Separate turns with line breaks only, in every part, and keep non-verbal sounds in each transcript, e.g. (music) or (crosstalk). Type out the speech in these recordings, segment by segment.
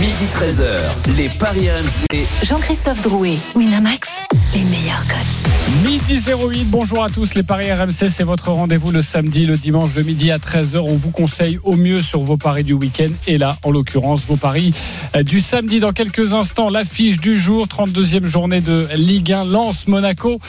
Midi 13h, les Paris RMC.
Jean-Christophe Drouet, Winamax, les meilleurs codes.
Midi 08, bonjour à tous, les Paris RMC, c'est votre rendez-vous le samedi, le dimanche de midi à 13h. On vous conseille au mieux sur vos paris du week-end et là, en l'occurrence, vos paris euh, du samedi. Dans quelques instants, l'affiche du jour, 32e journée de Ligue 1, Lance Monaco.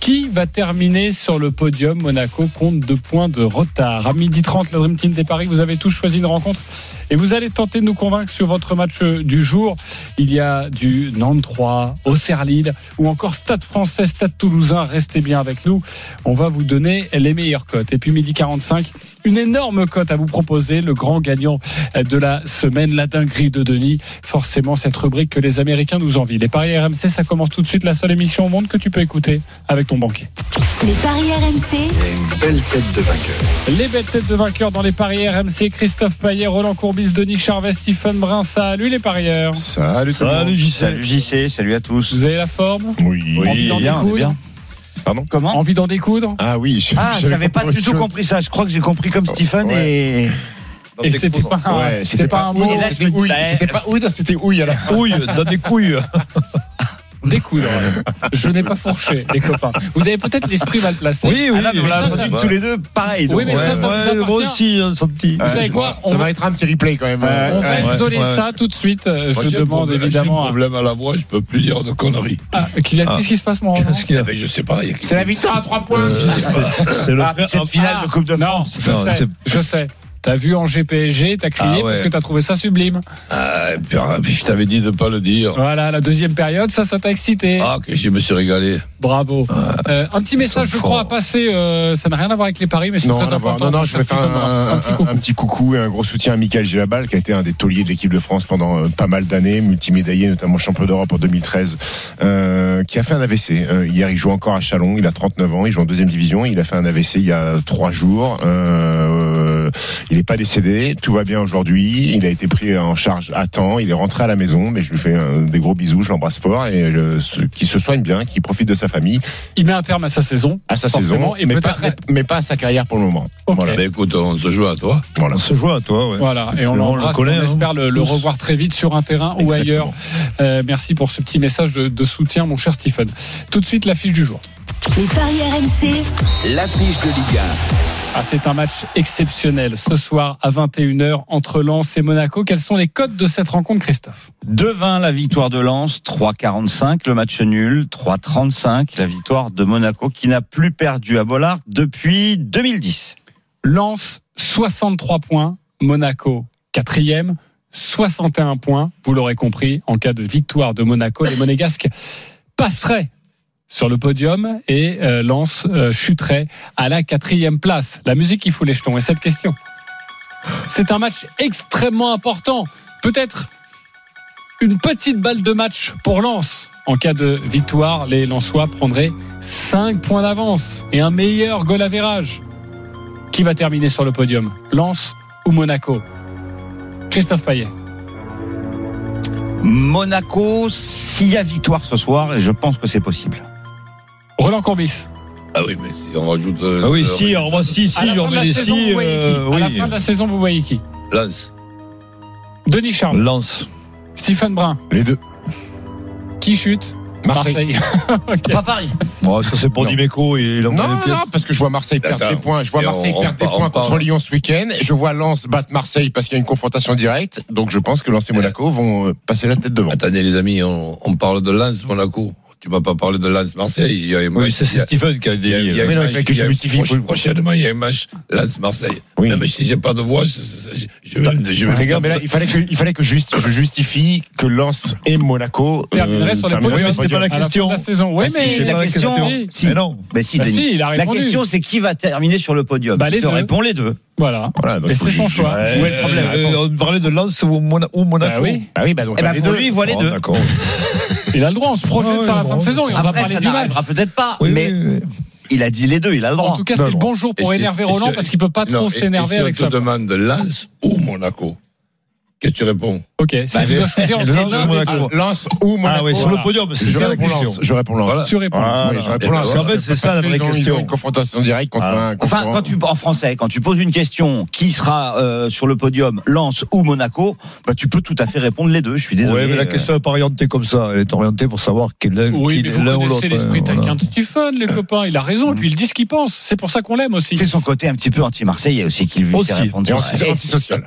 Qui va terminer sur le podium Monaco compte deux points de retard. À midi 30, la Dream Team des Paris, vous avez tous choisi une rencontre et vous allez tenter de nous convaincre sur votre match euh, du jour. Il y a du Nantes 3, Auxerre Lille ou encore Stade français, Stade toulousain. Restez bien avec nous. On va vous donner les meilleures cotes. Et puis midi 45, une énorme cote à vous proposer. Le grand gagnant de la semaine, la dinguerie de Denis. Forcément, cette rubrique que les Américains nous envient. Les paris RMC, ça commence tout de suite. La seule émission au monde que tu peux écouter avec ton banquier.
Les paris RMC,
Les belles têtes de vainqueurs dans les paris RMC. Christophe Payet, Roland Courbis, Denis Charvet, Stephen Brun. Salut les parieurs.
Salut,
Salut JC.
Salut JC, salut à tous.
Vous avez la forme
Oui,
Envie d'en
bien, on est
découdre
bien. Pardon
Comment
Envie d'en découdre
Ah oui, je-
Ah, j'avais pas
autre
du tout
chose.
compris ça. Je crois que j'ai compris comme Stephen et.
Et c'était pas, un-
Ouais,
c'était pas un mot.
Et là, je me dis,
Ouille,
bah,
C'était pas ouille, non, c'était ouille à la fin.
(laughs)
Ouille, donne des couilles.
Découdre. Je n'ai pas fourché, les copains. Vous avez peut-être l'esprit mal placé.
Oui, oui,
Ah, là, mais
on
ça,
l'a
ça-
entendu tous les deux, pareil.
Oui, mais ça, ça vous appartient.
Moi aussi,
hein,
j'ai senti.
Vous savez quoi on,
Ça méritera un petit replay quand même.
Ouais.
on va
ouais,
isoler
ouais.
ça tout de suite. Euh,
Moi,
Je
j'ai un
demande
problème- J'ai
évidemment.
un
à-
problème à la voix, je peux plus dire de conneries.
Ah, qu'il a- Qu'est-ce qui se passe,
(laughs)
mon Roland Euh,
Ah, mais je sais pas. il y a-
C'est la victoire à 3 points.
C'est le
Ah,
cette finale de Coupe de
non,
France.
Je
Non,
sais,
c'est-
je sais. T'as vu en GPG, t'as crié
Ah ouais.
parce que t'as trouvé ça sublime.
Ah, et puis, ah, puis je t'avais dit de pas le dire.
Voilà, la deuxième période, ça, ça t'a excité.
Ah, que je me suis régalé.
Bravo. Euh, un petit
Ils
message,
sont
je crois, à
forts.
passer. euh, ça n'a rien à voir avec les paris, mais c'est
Non,
très
rien à voir.
important.
non, non,
de
je voudrais
faire
faire
Stephen Brun.
un,
un petit
un-
coucou.
un petit coucou et un gros soutien à Michael Gélabal, qui a été un des tauliers de l'équipe de France pendant euh, pas mal d'années, multimédaillé, notamment champion d'Europe en 2013, euh, qui a fait un AVC. Euh, hier, il joue encore à Chalon, il a 39 ans, il joue en deuxième division, il a fait un AVC il y a trois jours. Euh, il n'est pas décédé, tout va bien aujourd'hui, il a été pris en charge à temps, il est rentré à la maison, mais je lui fais euh, des gros bisous, je l'embrasse fort, et qui se soigne bien, qui profite de sa famille,
Il met un terme à sa saison.
à sa
Forcément,
saison,
et
mais
peut-être-
pas, mais pas à sa carrière pour le moment.
Ok.
Voilà.
Mais écoute, on se joue à toi.
Voilà.
On se joue à toi, ouais.
Voilà, et on
On le
l'embrasse.
connaît,
On
hein.
espère le, le revoir très vite sur un terrain ou ailleurs. Euh, merci pour ce petit message de, de soutien, mon cher Stephen. Tout de suite, l'affiche du jour.
les paris RMC,
L'affiche de Liga.
Ah, c'est un match exceptionnel ce soir à 21h entre Lens et Monaco. Quels sont les codes de cette rencontre, Christophe
2-20 la victoire de Lens, 3-45 le match nul, 3-35 la victoire de Monaco qui n'a plus perdu à Bollard depuis 2010.
Lens, 63 points. Monaco, 4e, 61 points. Vous l'aurez compris, en cas de victoire de Monaco, les Monégasques passeraient sur le podium et euh, Lens euh, chuterait à la quatrième place. La musique qui fout les jetons. Et cette question, c'est un match extrêmement important. Peut-être une petite balle de match pour Lens. En cas de victoire, les Lensois prendraient 5 points d'avance et un meilleur goal à verrage. Qui va terminer sur le podium Lens ou Monaco Christophe Payet.
Monaco, s'il y a victoire ce soir, et je pense que c'est possible.
Roland Courbis.
Ah oui, mais si on rajoute.
euh,
Euh,
Ah oui, si, alors moi, si, si,
à la,
j'en
fin de
mets
la,
les
saison,
si.
vous voyez qui
euh,
À la
oui.
fin de la saison, vous voyez qui
Lance.
Denis Charles,
Lance.
Stephen Brun,
Les deux.
qui chute
Marseille.
(laughs) (laughs) Ok.
Pas Paris.
Bon, ça, c'est pour
Non.
Dimeco. Il
Non, non, non, parce que je vois Marseille perdre
Attends.
des points. Je vois
Et
Marseille
on- on
perdre des
part- on
points
part.
contre Lyon ce week-end. Je vois Lens battre Marseille parce qu'il y a une confrontation directe. Donc je pense que Lens et Monaco vont euh, passer la tête devant.
Attendez, les amis, on, on parle de Lance Monaco. Tu m'as pas parlé de Lance Marseille. Il y a un
Oui,
match-
ça,
il y
c'est
a-
Stephen qui a
il y a- il y a
dit. euh,
un
Mais non, il
match-
fallait que
il y a-
je justifie,
proche-
faut-
Prochainement, il y a un match Lance Marseille.
Oui.
Non, mais si j'ai pas de voix, je, je- je- je vais, je vais-
Ah, Non, mais là, il fallait que, il fallait que juste, je justifie que Lens et Monaco euh,
terminerait sur le
termineraient
podium.
sur le
c'était pas la
À fin de
question.
la saison. Oui,
Ah, si,
mais
j'ai la question.
Oui.
Si.
Mais non.
Mais si,
Bah
Denis.
si, il a
la
répondu.
question, c'est qui va terminer sur le podium
Bah, les
Je te
deux.
réponds les deux.
Voilà.
Ah,
Voilà, donc
Mais
faut
c'est son
juste-
choix.
bah, Ouais,
Où est le problème,
euh, On parlait de Lance ou Mona- ou Monaco.
Bah oui,
Ah oui, bah donc
Eh
là,
ben,
les
pour
deux.
lui, il voit les
Oh,
deux.
D'accord.
(laughs) il a le droit, on se projette
Ah ouais,
sur la
bon.
fin de saison et on va
Après,
parler
ça
du match.
n'arrivera peut-être pas,
Oui,
mais
oui, oui.
il a dit les deux, il a le droit. Bah,
En tout cas, c'est le bonjour pour
Et si-
énerver
et
Roland
si-
parce qu'il peut pas
Non,
trop
et- et
s'énerver
si
avec
on
ça.
te demande Lens ou Monaco Qu'est-ce que tu réponds
Ok, si
Bah,
tu dois
(laughs)
choisir entre
le
les
Lens
deux,
ou Monaco.
Lance ou Monaco.
Ah ouais, sur
Voilà.
le podium, c'est
Je
ça la
réponds
question.
Lens. Je réponds Lens.
Voilà.
tu réponds.
Voilà,
Voilà.
je réponds
Eh ben,
Lens.
voilà. En fait, c'est ça,
Parce
la
que
vraie
ils ont- ils
question. Ah.
ont une confrontation directe contre
Voilà.
un.
Enfin,
concurrent.
quand tu en français, quand tu poses une question qui sera euh, sur le podium, Lens ou Monaco, bah tu peux tout à fait répondre les deux. Je suis désolé.
Ouais, mais la
Euh,
question n'est pas orientée comme ça. Elle est orientée pour savoir quel est
Oui, mais
qui est
vous
l'un ou l'autre.
connaissez l'esprit
hein, voilà.
taquin du fun, les copains. Il a raison, et puis il dit ce qu'il pense. C'est pour ça qu'on l'aime aussi.
C'est son côté un petit peu anti-marseillais aussi qu'il lui
Aussi.
fait répondre.
Et
sur- (laughs)
anti- antisocial.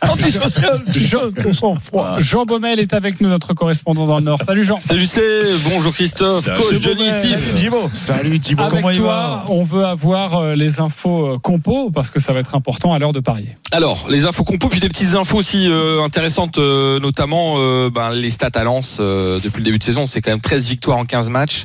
Antisocial, je consens froid.
Jean Baumel est avec nous, notre correspondant dans le Nord. Salut Jean.
Salut c'est bonjour Christophe, coach Johnny Steve.
Thibaut.
Salut Thibaut.
Avec toi, on veut avoir euh, les infos euh, compos parce que ça va être important à l'heure de parier.
Alors, les infos compo, puis des petites infos aussi euh, intéressantes, euh, notamment euh, ben, les stats à Lens euh, depuis le début de saison. C'est quand même 13 victoires en 15 matchs.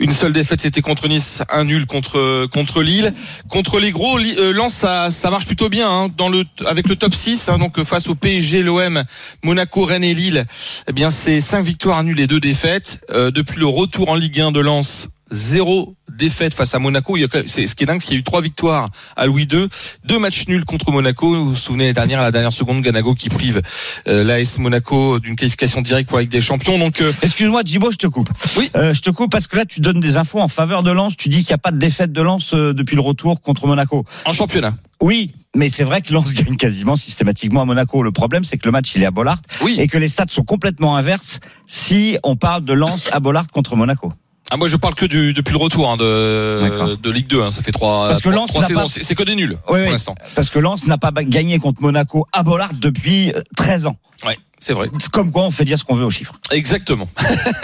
Une seule défaite, c'était contre Nice, un nul contre contre Lille. Contre les gros, Li- euh, Lens, ça, ça marche plutôt bien hein, dans le, avec le top 6. hein, donc, euh, face au PSG, l'OM, Monaco, Rennes et Lille, eh bien, c'est 5 victoires, un nul et 2 défaites. Euh, depuis le retour en Ligue 1 de Lens, zéro défaite face à Monaco. Il y a, quand même- c'est, ce qui est dingue, c'est qu'il y a eu trois victoires à Louis II, deux matchs nuls contre Monaco. Vous vous souvenez la dernière, à la dernière seconde, Ganago qui prive euh, l'AS Monaco d'une qualification directe pour la Ligue des Champions. Donc euh,
Excuse-moi, Djibo, je te coupe.
Oui.
Euh, je te coupe parce que là, tu donnes des infos en faveur de Lens. Tu dis qu'il n'y a pas de défaite de Lens euh, depuis le retour contre Monaco.
en championnat.
Oui, mais c'est vrai que Lens (laughs) gagne quasiment systématiquement à Monaco. Le problème, c'est que le match, il est à Bollard
Oui.
et que les stats sont complètement inverses si on parle de Lens à Bollard contre Monaco.
Ah, moi je parle que du, depuis le retour hein, de,
D'accord.
de Ligue 2. hein. ça fait trois,
Parce que
trois-
Lens
trois
n'a
saisons.
pas-
C'est, c'est que des nuls
Oui,
pour
oui.
l'instant.
Parce que Lens n'a pas gagné contre Monaco à Bollard depuis euh, 13 ans.
Ouais, c'est vrai.
C'est Comme quoi, on fait dire ce qu'on veut aux chiffres.
Exactement. (laughs)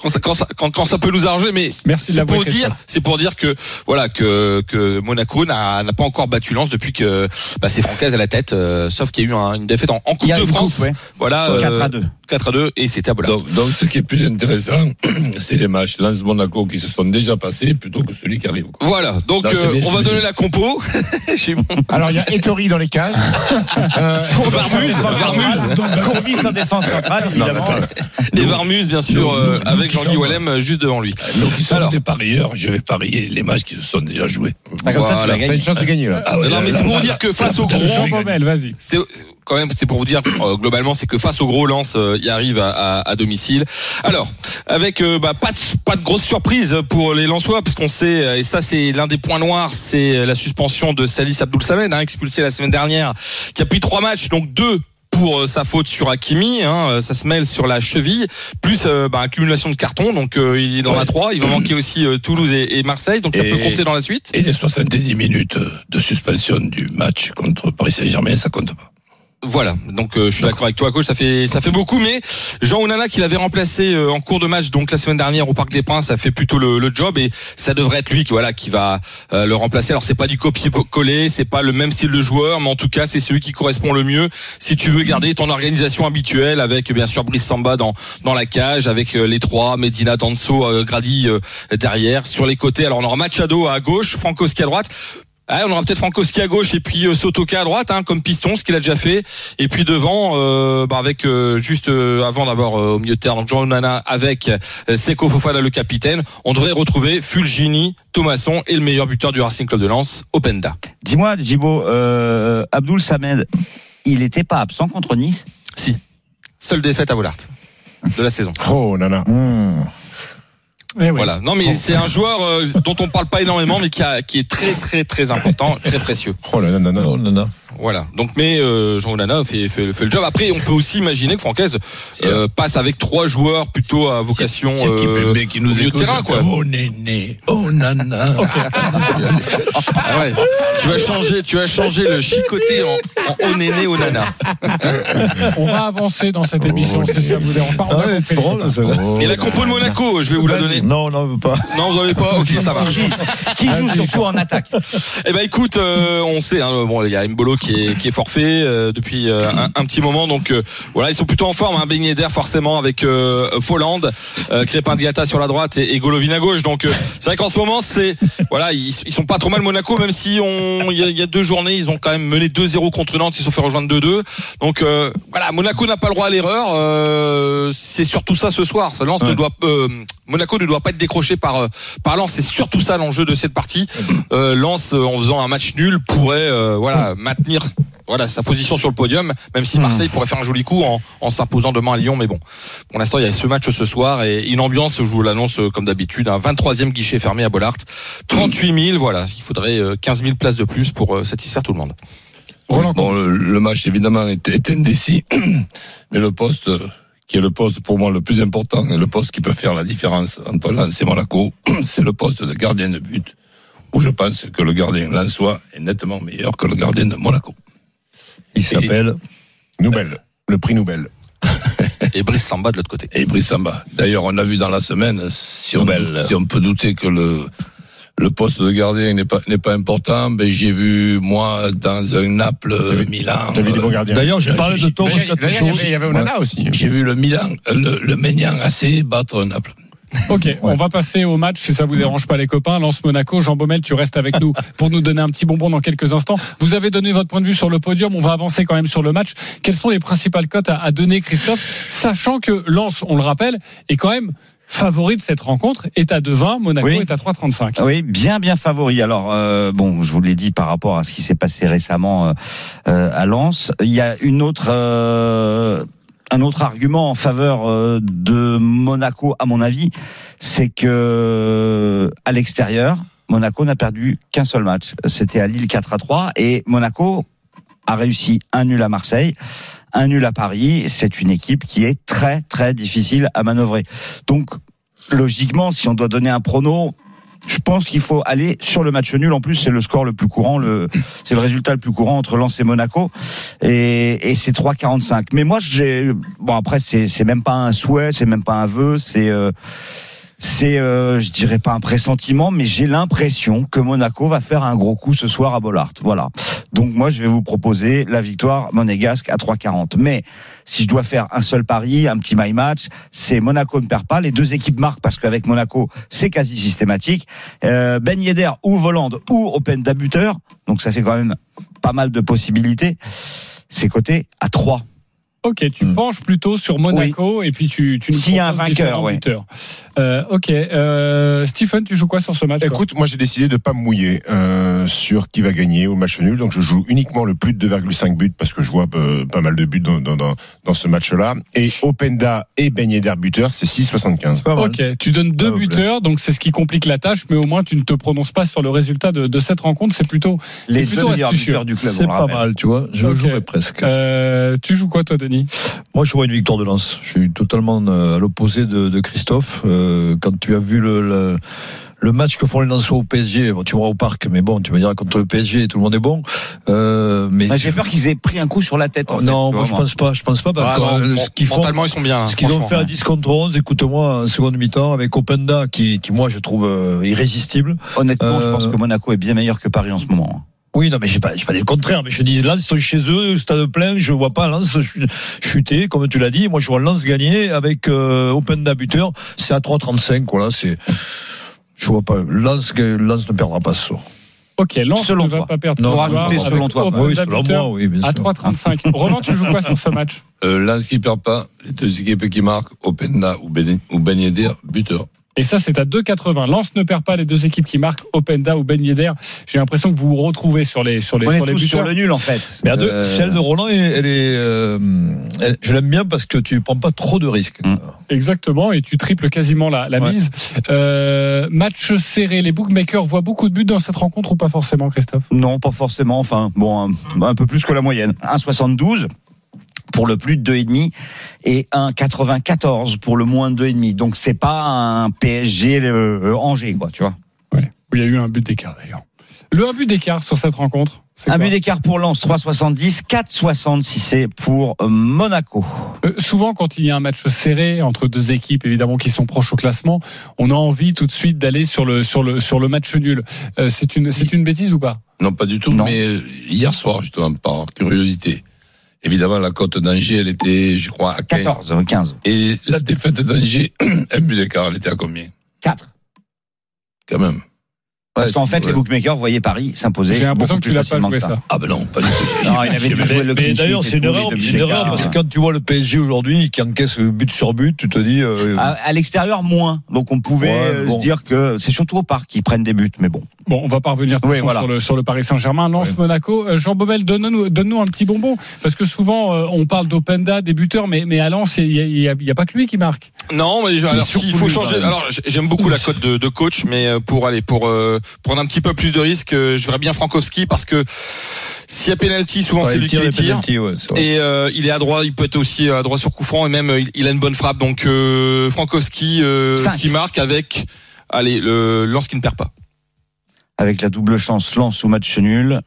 quand, ça, quand, ça, quand, quand ça peut nous arranger, mais
Merci de
c'est
l'avouer,
pour dire, c'est pour dire que voilà que que Monaco n'a n'a pas encore battu Lens depuis que bah, c'est Francaise à la tête, euh, sauf qu'il y a eu un- une défaite en, en Coupe
Il y a
de
une
France.
coupe, ouais.
Voilà,
4
euh,
à 2.
4 à 2 et c'était à Bollard.
donc, donc, ce qui est plus intéressant, (clears throat) c'est les matchs Lens-Monaco qui se sont déjà passés plutôt que celui qui arrive. quoi.
Voilà, donc
Non, c'est
euh,
bien,
on
je
va
me
donner la compo. (laughs) J'ai mon
Alors il y a Ettori dans
(laughs)
les cages. Euh,
Varmuz, Varmuz,
Courbis en défense centrale, évidemment.
les Varmus bien sûr, euh, avec
qui
Jean-Guy
sont-
Wallem euh, juste devant lui.
Donc, ils sont
Alors.
des parieurs, je vais parier les matchs qui se sont déjà joués.
Ah, comme ça, tu l'as
Voilà.
T'as une
gagné.
chance de gagner là.
Ah ouais,
Non,
là,
mais c'est
là,
pour
là,
dire que face au gros,
Jean Baumel, vas-y.
C'était quand même c'était pour vous dire euh, globalement c'est que face au gros Lens euh, il arrive à, à- à domicile. Alors avec euh, bah, pas de, pas de grosse surprise pour les Lensois parce qu'on sait euh, et ça c'est l'un des points noirs c'est la suspension de Salis Abdoul Samed hein, expulsé la semaine dernière qui a pris trois matchs donc deux pour euh, sa faute sur Hakimi, hein, euh, ça se mêle sur la cheville, plus euh, bah, accumulation de cartons, donc euh, il en a trois, il va manquer aussi euh, Toulouse et, et Marseille, donc ça
Et-
peut compter dans la suite.
Et les 70 minutes de suspension du match contre Paris Saint-Germain, ça compte pas.
Voilà, donc euh, je suis d'accord avec toi, coach. Ça fait ça fait beaucoup, mais Jean Ounana qui l'avait remplacé euh, en cours de match, donc la semaine dernière au Parc des Princes, ça fait plutôt le, le job et ça devrait être lui qui voilà qui va euh, le remplacer. Alors c'est pas du copier-coller, c'est pas le même style de joueur, mais en tout cas c'est celui qui correspond le mieux. Si tu veux garder ton organisation habituelle avec bien sûr Brice Samba dans dans la cage, avec euh, les trois Medina, Danso, euh, Grady euh, derrière, sur les côtés. Alors on aura Machado à gauche, Frankowski à droite. Ah, on aura peut-être Frankowski à gauche et puis euh, Sotoka à droite, hein, comme piston, ce qu'il a déjà fait. Et puis devant, euh, bah, avec euh, juste euh, avant d'abord euh, au milieu de terrain, donc Jean Nana avec euh, Seko Fofana le capitaine. On devrait retrouver Fulgini, Thomasson et le meilleur buteur du Racing Club de Lens, Openda.
Dis-moi, Djibo, euh, Abdoul Samed, il n'était pas absent contre Nice
Si. Seule défaite à Bollard de la saison.
Oh nana.
Eh oui.
Voilà. Non
Oh.
mais c'est un joueur euh, dont on parle pas énormément, mais qui, a, qui est très très très
(laughs)
important, très précieux.
Oh là là, nana.
Non, non, non.
Voilà. Donc, mais euh, Jean Onana fait, fait, fait le job. Après, on peut aussi imaginer que Francaise euh, passe avec trois joueurs plutôt à vocation
C'est- c'est l'équipe
euh,
MB qui nous
au milieu de
écoute,
terrain, quoi.
Oh néné,
(laughs)
oh nana.
Ah ouais. Tu vas changer, tu vas changer le chicoté en, en onéné onana.
On va avancer dans cette émission si ça vous dérange pas. On
Ah
va
ouais,
couper
c'est
les
drôle,
copains.
ça.
Et la compo de Monaco, je vais vous la donner.
Non, non, on veut pas.
Non, vous en avez pas. Ok, ça va.
Qui, qui joue surtout en attaque
Eh ben écoute, euh, on sait, hein, bon, il y a Mbolo qui est, qui est forfait euh, depuis euh, un, un petit moment, donc euh, voilà, ils sont plutôt en forme. Hein, Beignet d'air forcément avec euh, Folland, euh, Crépin Diata sur la droite et, et Golovin à gauche. Donc euh, c'est vrai qu'en ce moment, c'est voilà, ils, ils sont pas trop mal Monaco, même si on il y, a- il y a deux journées, ils ont quand même mené 2-0 contre Nantes, ils se sont fait rejoindre 2-2. Donc euh, voilà, Monaco n'a pas le droit à l'erreur. euh, c'est surtout ça ce soir. Ça, Lens ne doit euh, Monaco ne doit pas être décroché par euh, par Lens. C'est surtout ça l'enjeu de cette partie. Euh, Lens euh, en faisant un match nul pourrait euh, voilà maintenir voilà sa position sur le podium, même si Marseille pourrait faire un joli coup en, en s'imposant demain à Lyon. Mais bon, pour l'instant, il y a ce match ce soir et une ambiance, je vous l'annonce euh, comme d'habitude, un 23e guichet fermé à Bollard. 38 000, voilà, il faudrait euh, 15 000 places de plus pour euh, satisfaire tout le monde.
Roland
Bon, le, le match évidemment est, est indécis, (clears throat) mais le poste euh, qui est le poste pour moi le plus important et le poste qui peut faire la différence entre Lens et Monaco, (clears throat) c'est le poste de gardien de but, où je pense que le gardien lensois est nettement meilleur que le gardien de Monaco.
Il s'appelle.
Nouvelle. Le prix Nouvelle.
Et Brice Samba de l'autre côté.
Et Brice Samba. D'ailleurs, on l'a vu dans la semaine, si on,
Nouvelle.
si on peut douter que le, le poste de gardien n'est pas, n'est pas important, ben j'ai vu, moi, dans un Naples, Milan.
T'as vu des
euh,
bons gardiens.
D'ailleurs, je
Euh,
parlais
j'ai-
de Thomas
j'ai-
Scott
j'ai-
Shaw.
j'ai-
avait
Onana
aussi.
J'ai vu le Milan, euh, le, le Maignan AC battre Naples.
Ok, on va passer au match si ça vous dérange pas les copains. Lance Monaco, Jean Baumel, tu restes avec nous pour nous donner un petit bonbon dans quelques instants. Vous avez donné votre point de vue sur le podium, on va avancer quand même sur le match. Quelles sont les principales cotes à, à donner Christophe, sachant que Lens, on le rappelle, est quand même favori de cette rencontre, est à 2,20, Monaco
Oui. Ah.
est à 3,35.
Oui, bien, bien favori. Alors, euh, bon, je vous l'ai dit par rapport à ce qui s'est passé récemment euh, euh, à Lens. Il y a une autre, euh, un autre argument en faveur euh, de Monaco, à mon avis, c'est que à l'extérieur, Monaco n'a perdu qu'un seul match. C'était à Lille 4 à 3 et Monaco a réussi un nul à Marseille, un nul à Paris. C'est une équipe qui est très, très difficile à manœuvrer. Donc, logiquement, si on doit donner un prono, je pense qu'il faut aller sur le match nul. En plus, c'est le score le plus courant, le, c'est le résultat le plus courant entre Lens et Monaco. Et, et c'est 3,45. Mais moi, j'ai, bon après, c'est, c'est même pas un souhait, c'est même pas un vœu, c'est, euh, c'est, euh, je dirais pas un pressentiment, mais j'ai l'impression que Monaco va faire un gros coup ce soir à Bollard. Voilà. Donc moi, je vais vous proposer la victoire monégasque à 3,40. Mais si je dois faire un seul pari, un petit my match, c'est Monaco ne perd pas. Les deux équipes marquent parce qu'avec Monaco, c'est quasi systématique. Euh, ben Yedder ou Volande ou Open d'abuteur. Donc ça fait quand même pas mal de possibilités. C'est coté à 3.
Ok, tu penches plutôt sur Monaco et puis tu, tu nous
S'il y a un
proposes
vainqueur,
différents
ouais.
buteurs. Euh, ok, euh, Stephen, tu joues quoi sur ce match toi
Écoute, moi j'ai décidé de pas me mouiller euh, sur qui va gagner au match nul, donc je joue uniquement le plus de 2,5 buts parce que je vois euh, pas mal de buts dans, dans, dans, dans ce match-là. Et Openda et Ben Yedder buteur, c'est 6,75.
Ok, tu donnes deux
Ah, ok.
buteurs, donc c'est ce qui complique la tâche, mais au moins tu ne te prononces pas sur le résultat de, de cette rencontre. C'est plutôt.
Les
C'est
deux
plutôt
meilleurs
astucieux.
buteurs du club, on
C'est
le
pas
rappelle.
mal, tu vois. Je
Ok.
jouerais presque.
Euh, tu joues quoi, toi, Denis
Moi, je vois une victoire de Lens. Je suis totalement euh, à l'opposé de, de Christophe. Euh, quand tu as vu le, le, le match que font les Lensois au PSG, bon, tu vois au parc, mais bon, tu vas dire contre le PSG, tout le monde est bon. Euh, mais
Ah, J'ai peur qu'ils aient pris un coup sur la tête. en fait,
non,
tu
moi
vois,
je pense pas. Je pense pas. parce
Ah,
que,
non,
euh,
mon-
ce qu'ils font,
mentalement, ils sont bien. hein,
ce qu'ils ont
franchement.
fait à 10 contre 11, écoute-moi, en seconde mi-temps, avec Openda, qui, qui moi je trouve euh, irrésistible.
Honnêtement, je
Euh,
pense que Monaco est bien meilleur que Paris en ce moment.
Oui, non, mais j'ai pas, j'ai pas dit le contraire, mais je dis Lens, ils sont chez eux, stade plein, je vois pas Lens ch- chuter, comme tu l'as dit. Moi, je vois Lens gagner avec euh, Open buteur. C'est à 3,35, quoi, là, c'est. Je vois pas. Lens, ga- Lens ne perdra pas ce soir.
Ok, Lens
Selon
ne va
toi.
pas perdre.
Non,
ce
pour
soir
ajouter
avec
selon toi.
Open
Oui, selon
Dabuter
moi, oui, bien
À
sûr. (laughs)
3,35. Roland, tu joues quoi sur ce match
Euh, Lens qui perd pas, les deux équipes qui marquent, Openda ou Ben, ou ben Yedder, buteur.
Et ça, c'est à 2,80. Lens ne perd pas les deux équipes qui marquent Openda ou Ben Yedder. J'ai l'impression que vous vous retrouvez sur les, sur les,
On est
sur les
tous
buteurs.
sur le nul en fait.
Mais à deux,
Euh,
celle de Roland, elle, elle est, euh, elle- je l'aime bien parce que tu prends pas trop de risques.
Hmm.
Mm.
Exactement, et tu triples quasiment la, la
Ouais.
mise. Euh, match serré. Les bookmakers voient beaucoup de buts dans cette rencontre ou pas forcément, Christophe
Non, pas forcément. Enfin, bon, un, un peu plus que la moyenne. 1,72 pour le plus de 2,5 et 1,94 pour le moins de 2,5. Donc, c'est pas un PSG euh, Angers, quoi, tu vois.
Ouais. Où il y a eu un but hein. d'écart d'ailleurs. Le un but d'écart sur cette rencontre. c'est
Un
quoi
but d'écart pour Lens, 3,70, 4,60 si c'est pour euh, Monaco.
Euh, souvent, quand il y a un match serré entre deux équipes, évidemment, qui sont proches au classement, on a envie tout de suite d'aller sur le, sur le, sur le match nul. Euh, c'est une, c'est une bêtise ou pas
Non, pas du tout,
Non.
mais euh, hier soir, justement, par curiosité. Évidemment, la cote d'Angers, elle était, je crois, à 15.
14, euh, 15,
Et la défaite d'Angers, (clears throat) un but d'écart, elle était à combien
4.
Quand même.
Parce
Ouais,
qu'en fait,
ouais.
les bookmakers voyaient Paris s'imposer.
J'ai l'impression
beaucoup
que tu
plus
l'as pas
facilement
joué ça.
Ah ben non, pas du tout.
Non, il avait dû jouer le
Mais
clean
d'ailleurs,
sheet et
c'est une
tout, les
erreur,
deux
c'est
buts
une erreur
d'écart.
parce que quand tu vois le PSG aujourd'hui qui encaisse but sur but, tu te dis. euh,
Ah, À, à l'extérieur, moins. Donc on pouvait
Ouais,
euh,
bon.
se dire que c'est surtout au parc qu'ils prennent des buts, mais bon.
Bon, on va pas revenir tout
Oui,
le temps
voilà.
sur, le, sur le Paris Saint-Germain. Lance Monaco. Euh, Jean Bobel, donne-nous donne-nous un petit bonbon. Parce que souvent, euh, on parle d'Openda, des buteurs, mais, mais à Lens, il n'y a, il y a- il y a pas que lui qui marque.
Non, mais je- alors,
surtout
il faut
lui,
changer.
quand même.
Alors, j- j'aime beaucoup la cote de, de coach, mais euh, pour aller pour euh, prendre un petit peu plus de risques, euh, je verrais bien Frankowski parce que s'il y a penalty, souvent
Ouais,
c'est
il
lui qui
tire
les
les
tire.
pénaltys, ouais, c'est vrai.
Et euh, il est à droit, il peut être aussi à droit sur coup franc et même euh, il- il a une bonne frappe. Donc euh, Frankowski euh,
Cinq.
qui marque avec allez le lance qui ne perd pas.
Avec la double chance lance ou match nul.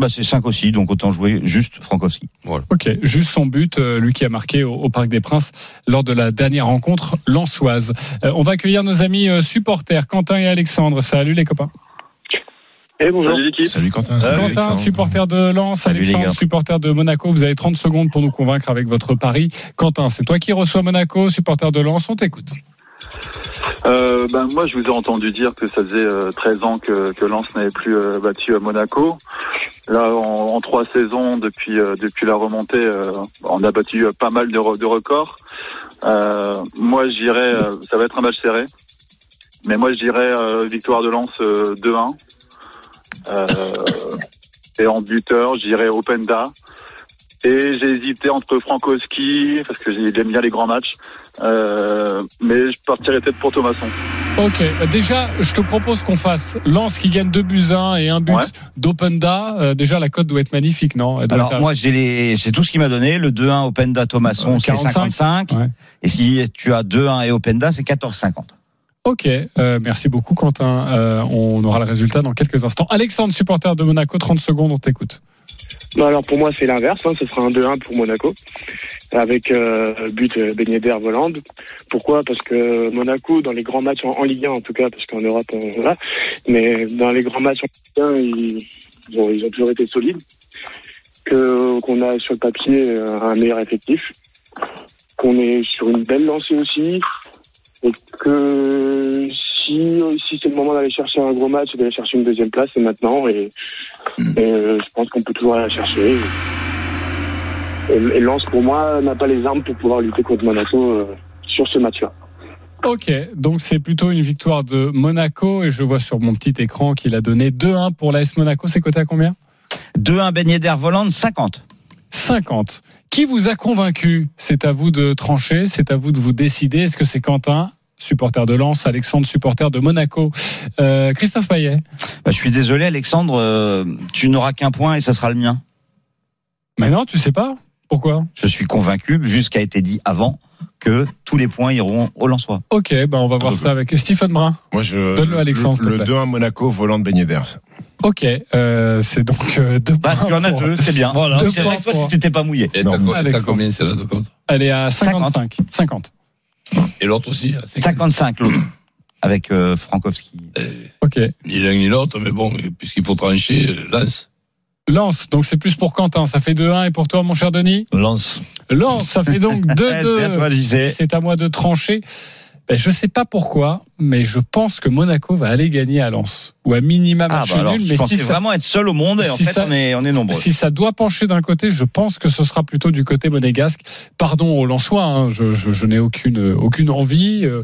Bah, c'est 5 aussi, donc autant jouer juste Frankowski.
Ok, juste son but, euh, lui qui a marqué au, au Parc des Princes lors de la dernière rencontre lançoise. Euh, on va accueillir nos amis euh, supporters, Quentin et Alexandre. Salut les copains.
Eh,
Salut Quentin.
Quentin,
Alexandre.
supporter de Lens,
Salut, les
Alexandre,
gars.
supporter de Monaco. Vous avez 30 secondes pour nous convaincre avec votre pari. Quentin, c'est toi qui reçois Monaco, supporter de Lens, on t'écoute.
Euh, ben, moi, je vous ai entendu dire que ça faisait euh, 13 ans que, que Lens n'avait plus euh, battu à Monaco. Là, en, en trois saisons, depuis, euh, depuis la remontée, euh, on a battu euh, pas mal de, re- de records. Euh, moi, je dirais, euh, ça va être un match serré. Mais moi, je dirais euh, victoire de Lens euh, 2-1. Euh, et en buteur, je dirais Openda. Et j'ai hésité entre Frankowski, parce que j'aime bien les grands matchs, euh, mais je partirais peut-être pour Thomasson.
Ok, euh, déjà, je te propose qu'on fasse Lens qui gagne 2 buts 1 et un but
Ouais.
d'Openda. Euh, déjà, la cote doit être magnifique, non Elle doit être
Alors,
à-
moi, j'ai les, c'est tout ce qu'il m'a donné. Le 2-1 Openda Thomasson,
Euh,
c'est 55.
Ouais.
Et si tu as 2-1 et Openda, c'est 14-50.
Ok, euh, merci beaucoup Quentin. Euh, on aura le résultat dans quelques instants. Alexandre, supporter de Monaco, 30 secondes, on t'écoute.
Non, Bah, alors pour moi c'est l'inverse, hein, ce sera un 2-1 pour Monaco, avec euh, but euh, Ben Yedder Voland. Pourquoi Parce que Monaco, dans les grands matchs en, en Ligue 1 en tout cas, parce qu'en Europe, on, voilà, mais dans les grands matchs en Ligue 1, ils, bon, ils ont toujours été solides, que qu'on a sur le papier euh, un meilleur effectif, qu'on est sur une belle lancée aussi, et que si, si c'est le moment d'aller chercher un gros match, et d'aller chercher une deuxième place, c'est maintenant, et euh, je pense qu'on peut toujours aller la chercher. Et, et Lens, pour moi, n'a pas les armes pour pouvoir lutter contre Monaco euh, sur ce match-là.
Ok, donc c'est plutôt une victoire de Monaco et je vois sur mon petit écran qu'il a donné 2-1 pour l'AS Monaco. C'est coté à combien
2-1 Ben Yedder Voland, 50.
50. Qui vous a convaincu C'est à vous de trancher, c'est à vous de vous décider. Est-ce que c'est Quentin supporter de Lens, Alexandre, supporter de Monaco, Euh, Christophe Payet.
Bah, je suis désolé, Alexandre, euh, tu n'auras qu'un point et ça sera le mien.
Mais non, tu sais pas Pourquoi
Je suis convaincu, vu ce qui a été dit avant, que tous les points iront au Lensois.
Ok, ben on va voir
Double.
ça avec Stephen Brun.
Moi, je.
Donne-le à Alexandre, s'il te
Le, le
plaît.
2-1 Monaco, volant de beignet d'air.
Ok, euh, c'est donc euh, deux
Bah,
points
tu en as
pour-
deux, c'est bien.
Voilà.
Deux
C'est vrai que toi,
points.
tu t'étais pas mouillé.
Et
Non,
t'as co- et t'as
Alexandre.
combien c'est là de compte
Elle est à 55. 50.
Et l'autre aussi à 50.
55
(clears throat)
l'autre, avec euh, Frankowski.
Eh,
Ok.
Ni l'un ni l'autre, mais bon, puisqu'il faut trancher, euh, lance.
Lance, donc c'est plus pour Quentin. Ça fait 2-1 et pour toi, mon cher Denis
Lance.
Lance, ça
(laughs)
fait donc
Eh, c'est à
2-2.
toi, JC.
C'est à moi de trancher. Ben, je sais pas pourquoi, mais je pense que Monaco va aller gagner à Lens. Ou à minima
Ah,
match
bah alors,
nul.
je
Mais
pensais
si ça,
vraiment être seul au monde et en
si
fait,
ça-
on, est, on est nombreux.
si ça doit pencher d'un côté, je pense que ce sera plutôt du côté monégasque. Pardon aux Lensois, hein, je, je- je n'ai aucune, euh, aucune envie. euh,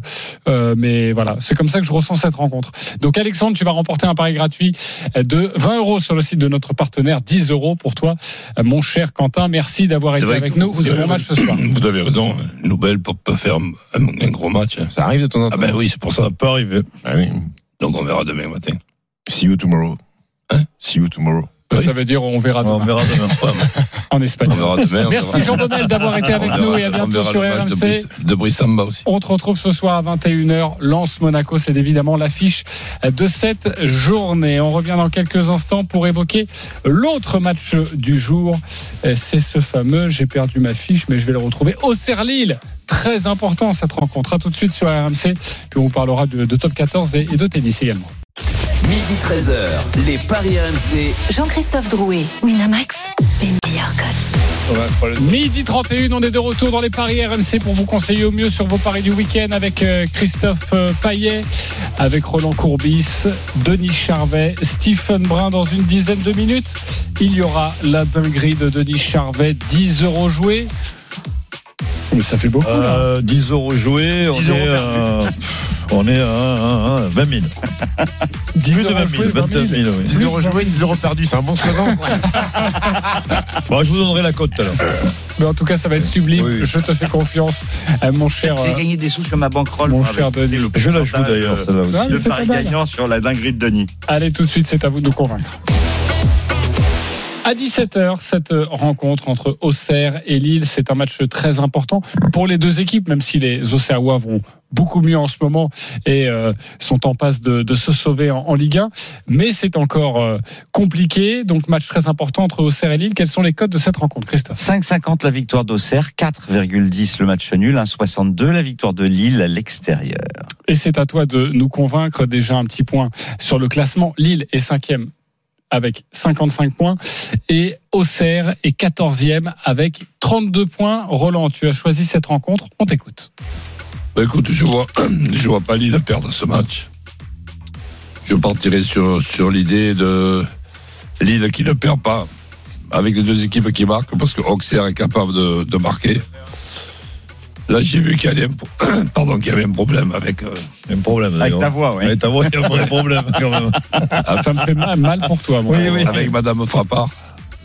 euh, mais voilà, c'est comme ça que je ressens cette rencontre. Donc Alexandre, tu vas remporter un pari gratuit de 20 euros sur le site de notre partenaire, 10 euros pour toi, euh, mon cher Quentin. Merci d'avoir
C'est
été
vrai
avec
que
nous.
vous
Vous avez
avez
bon match ce soir.
(clears throat) Vous avez raison, Nouvelle peut peut faire un, un gros match. hein.
Ça arrive de temps en temps.
Ah ben oui, c'est pour ça.
Pas arrivé.
Ah oui.
Donc on verra demain matin.
See you tomorrow.
Hein
See you tomorrow.
Ça veut dire on verra
On
demain
verra demain.
(laughs)
en
Ouais, on
Espagne.
verra demain. on
Merci
verra-
Jean Bonnel d'avoir été avec
on
nous
verra-
et à
on
bientôt
verra
sur
le match de
RMC.
Brice- De Brissamba aussi.
On te retrouve ce soir à 21h. Lance Monaco, c'est évidemment l'affiche de cette journée. On revient dans quelques instants pour évoquer l'autre match du jour. C'est ce fameux, j'ai perdu ma fiche, mais je vais le retrouver. Auxerre Lille, très important cette rencontre. À tout de suite sur RMC, puis on vous parlera de, de top 14 et- et de tennis également.
Midi 13h, les Paris RMC
Jean-Christophe Drouet, Winamax, les meilleurs codes.
Midi 31, on est de retour dans les paris RMC pour vous conseiller au mieux sur vos paris du week-end avec euh, Christophe euh, Payet, avec Roland Courbis, Denis Charvet, Stephen Brun dans une dizaine de minutes. Il y aura la dinguerie de Denis Charvet, 10 euros joués. Mais ça fait beaucoup là.
Euh, 10 euros joués. On,
10 euros
est, euh, On est hein, à à- à- à
(laughs)
20 000. 10
euros joués,
21 000. oui.
10 euros joués, 10 euros perdus, c'est un bon slogan. ça.
Bon, Bah, je vous donnerai la cote tout à l'heure.
Mais en tout cas, ça va être sublime.
Oui.
Je te fais confiance, euh, mon cher.
J'ai
euh,
gagné des sous sur ma banquerolle.
Ah,
Mon
avec
cher Denis.
le
Je la joue
pourcentage,
d'ailleurs,
euh,
celle-là aussi.
Ouais,
Le
c'est pas
pari
mal.
gagnant sur la dinguerie de Denis.
Allez, tout de suite, c'est à vous de nous convaincre. À 17h, cette rencontre entre Auxerre et Lille, c'est un match très important pour les deux équipes, même si les Auxerrois vont beaucoup mieux en ce moment et euh, sont en passe de, de se sauver en, en Ligue 1. Mais c'est encore euh, compliqué, donc match très important entre Auxerre et Lille. Quels sont les codes de cette rencontre, Christophe
5,50 la victoire d'Auxerre, 4,10 le match nul, 1,62 la victoire de Lille à l'extérieur.
Et c'est à toi de nous convaincre déjà un petit point sur le classement. Lille est cinquième avec 55 points et Auxerre est 14e avec 32 points. Roland, tu as choisi cette rencontre, on t'écoute.
Bah, écoute, je vois, (clears throat) je vois pas Lille perdre ce match. Je partirai sur, sur l'idée de Lille qui ne perd pas avec les deux équipes qui marquent parce que Auxerre est capable de, de marquer. Là, j'ai vu qu'il y, avait un pro- (clears throat) pardon, qu'il y avait un problème avec. euh,
Il y a un problème
Avec
d'ailleurs.
ta voix, ouais.
Avec ta voix, il y a un vrai problème quand même.
Ah, Ça me fait ma- mal pour toi. mon Roland.
avec Madame Frappard.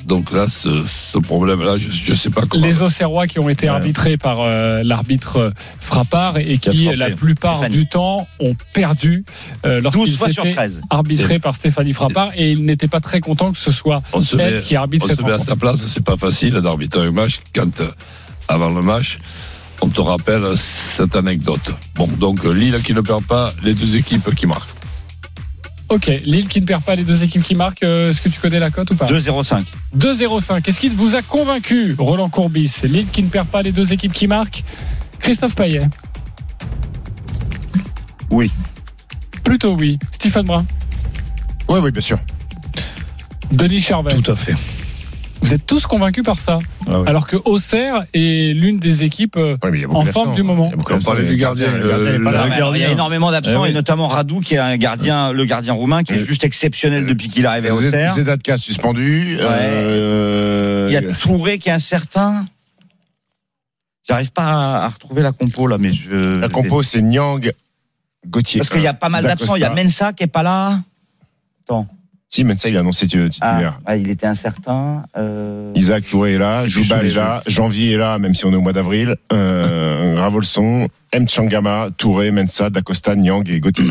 Donc là, ce, ce problème-là, je ne sais pas comment.
Les Auxerrois qui ont été
Ouais.
arbitrés par euh, l'arbitre euh, Frappard et
Qui a
qui, euh,
frappé.
la plupart
Stéphanie.
du temps, ont perdu euh,
12
lorsqu'ils
fois sur
étaient
13.
arbitrés par Stéphanie Frappard et ils n'étaient pas très contents que ce soit
on se met,
elle qui arbitre
on se
cette
met à
rencontre.
sa place, c'est pas facile d'arbitrer un match quand, euh, avant le match, on te rappelle cette anecdote. Bon, donc euh, Lille qui ne perd pas, les deux équipes qui marquent.
Ok, Lille qui ne perd pas les deux équipes qui marquent, euh, est-ce que tu connais la cote ou pas
2,05.
2-0-5. Est-ce qu'il vous a convaincu, Roland Courbis Lille qui ne perd pas les deux équipes qui marquent Christophe Payet
Oui.
Plutôt oui. Stéphane Brun
Oui, oui, bien sûr.
Denis Charvet
Tout à fait.
Vous êtes tous convaincus par ça.
Ah oui.
Alors que Auxerre est l'une des équipes. euh,
Ouais, mais il y a
En
beaucoup
forme
d'absents. hein.
du moment.
Il y a beaucoup
On
d'absents.
parlait
Le
du gardien,
le gardien, il est pas
euh, le-
là.
Alors, il y a
gardien.
énormément d'absents
Eh oui.
et notamment Radou qui est un gardien, le gardien roumain qui est juste
euh,
exceptionnel depuis qu'il est arrivé à
Z-
Auxerre.
Zedatka suspendu. euh,
Il y a Touré qui est incertain. J'arrive pas à, à retrouver la compo là, mais je.
La compo, c'est Nyang, Gauthier. euh,
Parce qu'il y a pas mal
euh,
d'absents. Il y a Mensa qui est pas là.
Si, Mensa, il a annoncé tu-
Ah,
titulaire.
ah, il était incertain. Euh...
Isaac Touré est là, Joubal est là, Janvier est là, même si on est au mois d'avril.
(laughs)
Euh, Ravolson, M. Changama, Touré, Mensa, Dacosta, Nyang et Gauthier.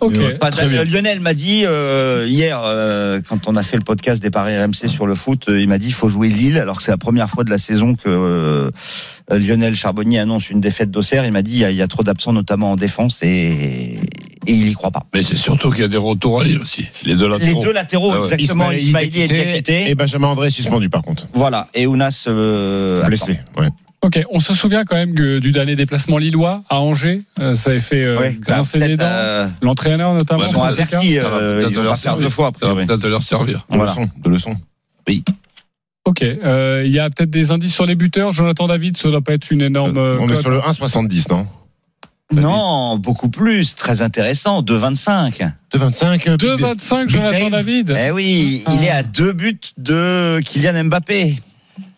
Ok.
Pas
Très
de-
bien.
euh, Lionel m'a dit euh, hier, euh, quand on a fait le podcast des paris RMC sur le foot, euh, il m'a dit il faut jouer Lille, alors que c'est la première fois de la saison que euh, Lionel Charbonnier annonce une défaite d'Auxerre. Il m'a dit il y a- il y, a trop d'absents, notamment en défense, et, et il y croit pas.
Mais c'est surtout qu'il y a des retours à Lille aussi. Les deux
Les
latéraux.
deux latéraux,
Ah ouais.
exactement, Ismaili est
et
quitté.
Benjamin André est suspendu par contre.
Voilà, et Ounas euh, absent.
Blessé. Ouais.
Ok, on se souvient quand même que du dernier déplacement lillois à Angers. euh, ça avait fait euh,
Ouais,
grincer
bah,
les dents.
peut-être, euh,
L'entraîneur notamment.
Ils sont à
c'est ça
Bercy,
Ça va
euh,
peut-être
ils vont
leur
pas faire
servir.
deux fois. a
Ça va
priori.
peut-être leur servir.
De
Voilà. Ah,
leçon. De leçon.
Ok, euh, il y a peut-être des indices sur les buteurs. Jonathan David, ça doit pas être une énorme. euh,
on est
cote.
sur le 1,70, non
Non, beaucoup plus, très intéressant, 2,25.
2,25.
2,25 Jonathan
euh, Dave.
David.
Eh oui, il est à deux buts de Kylian Mbappé.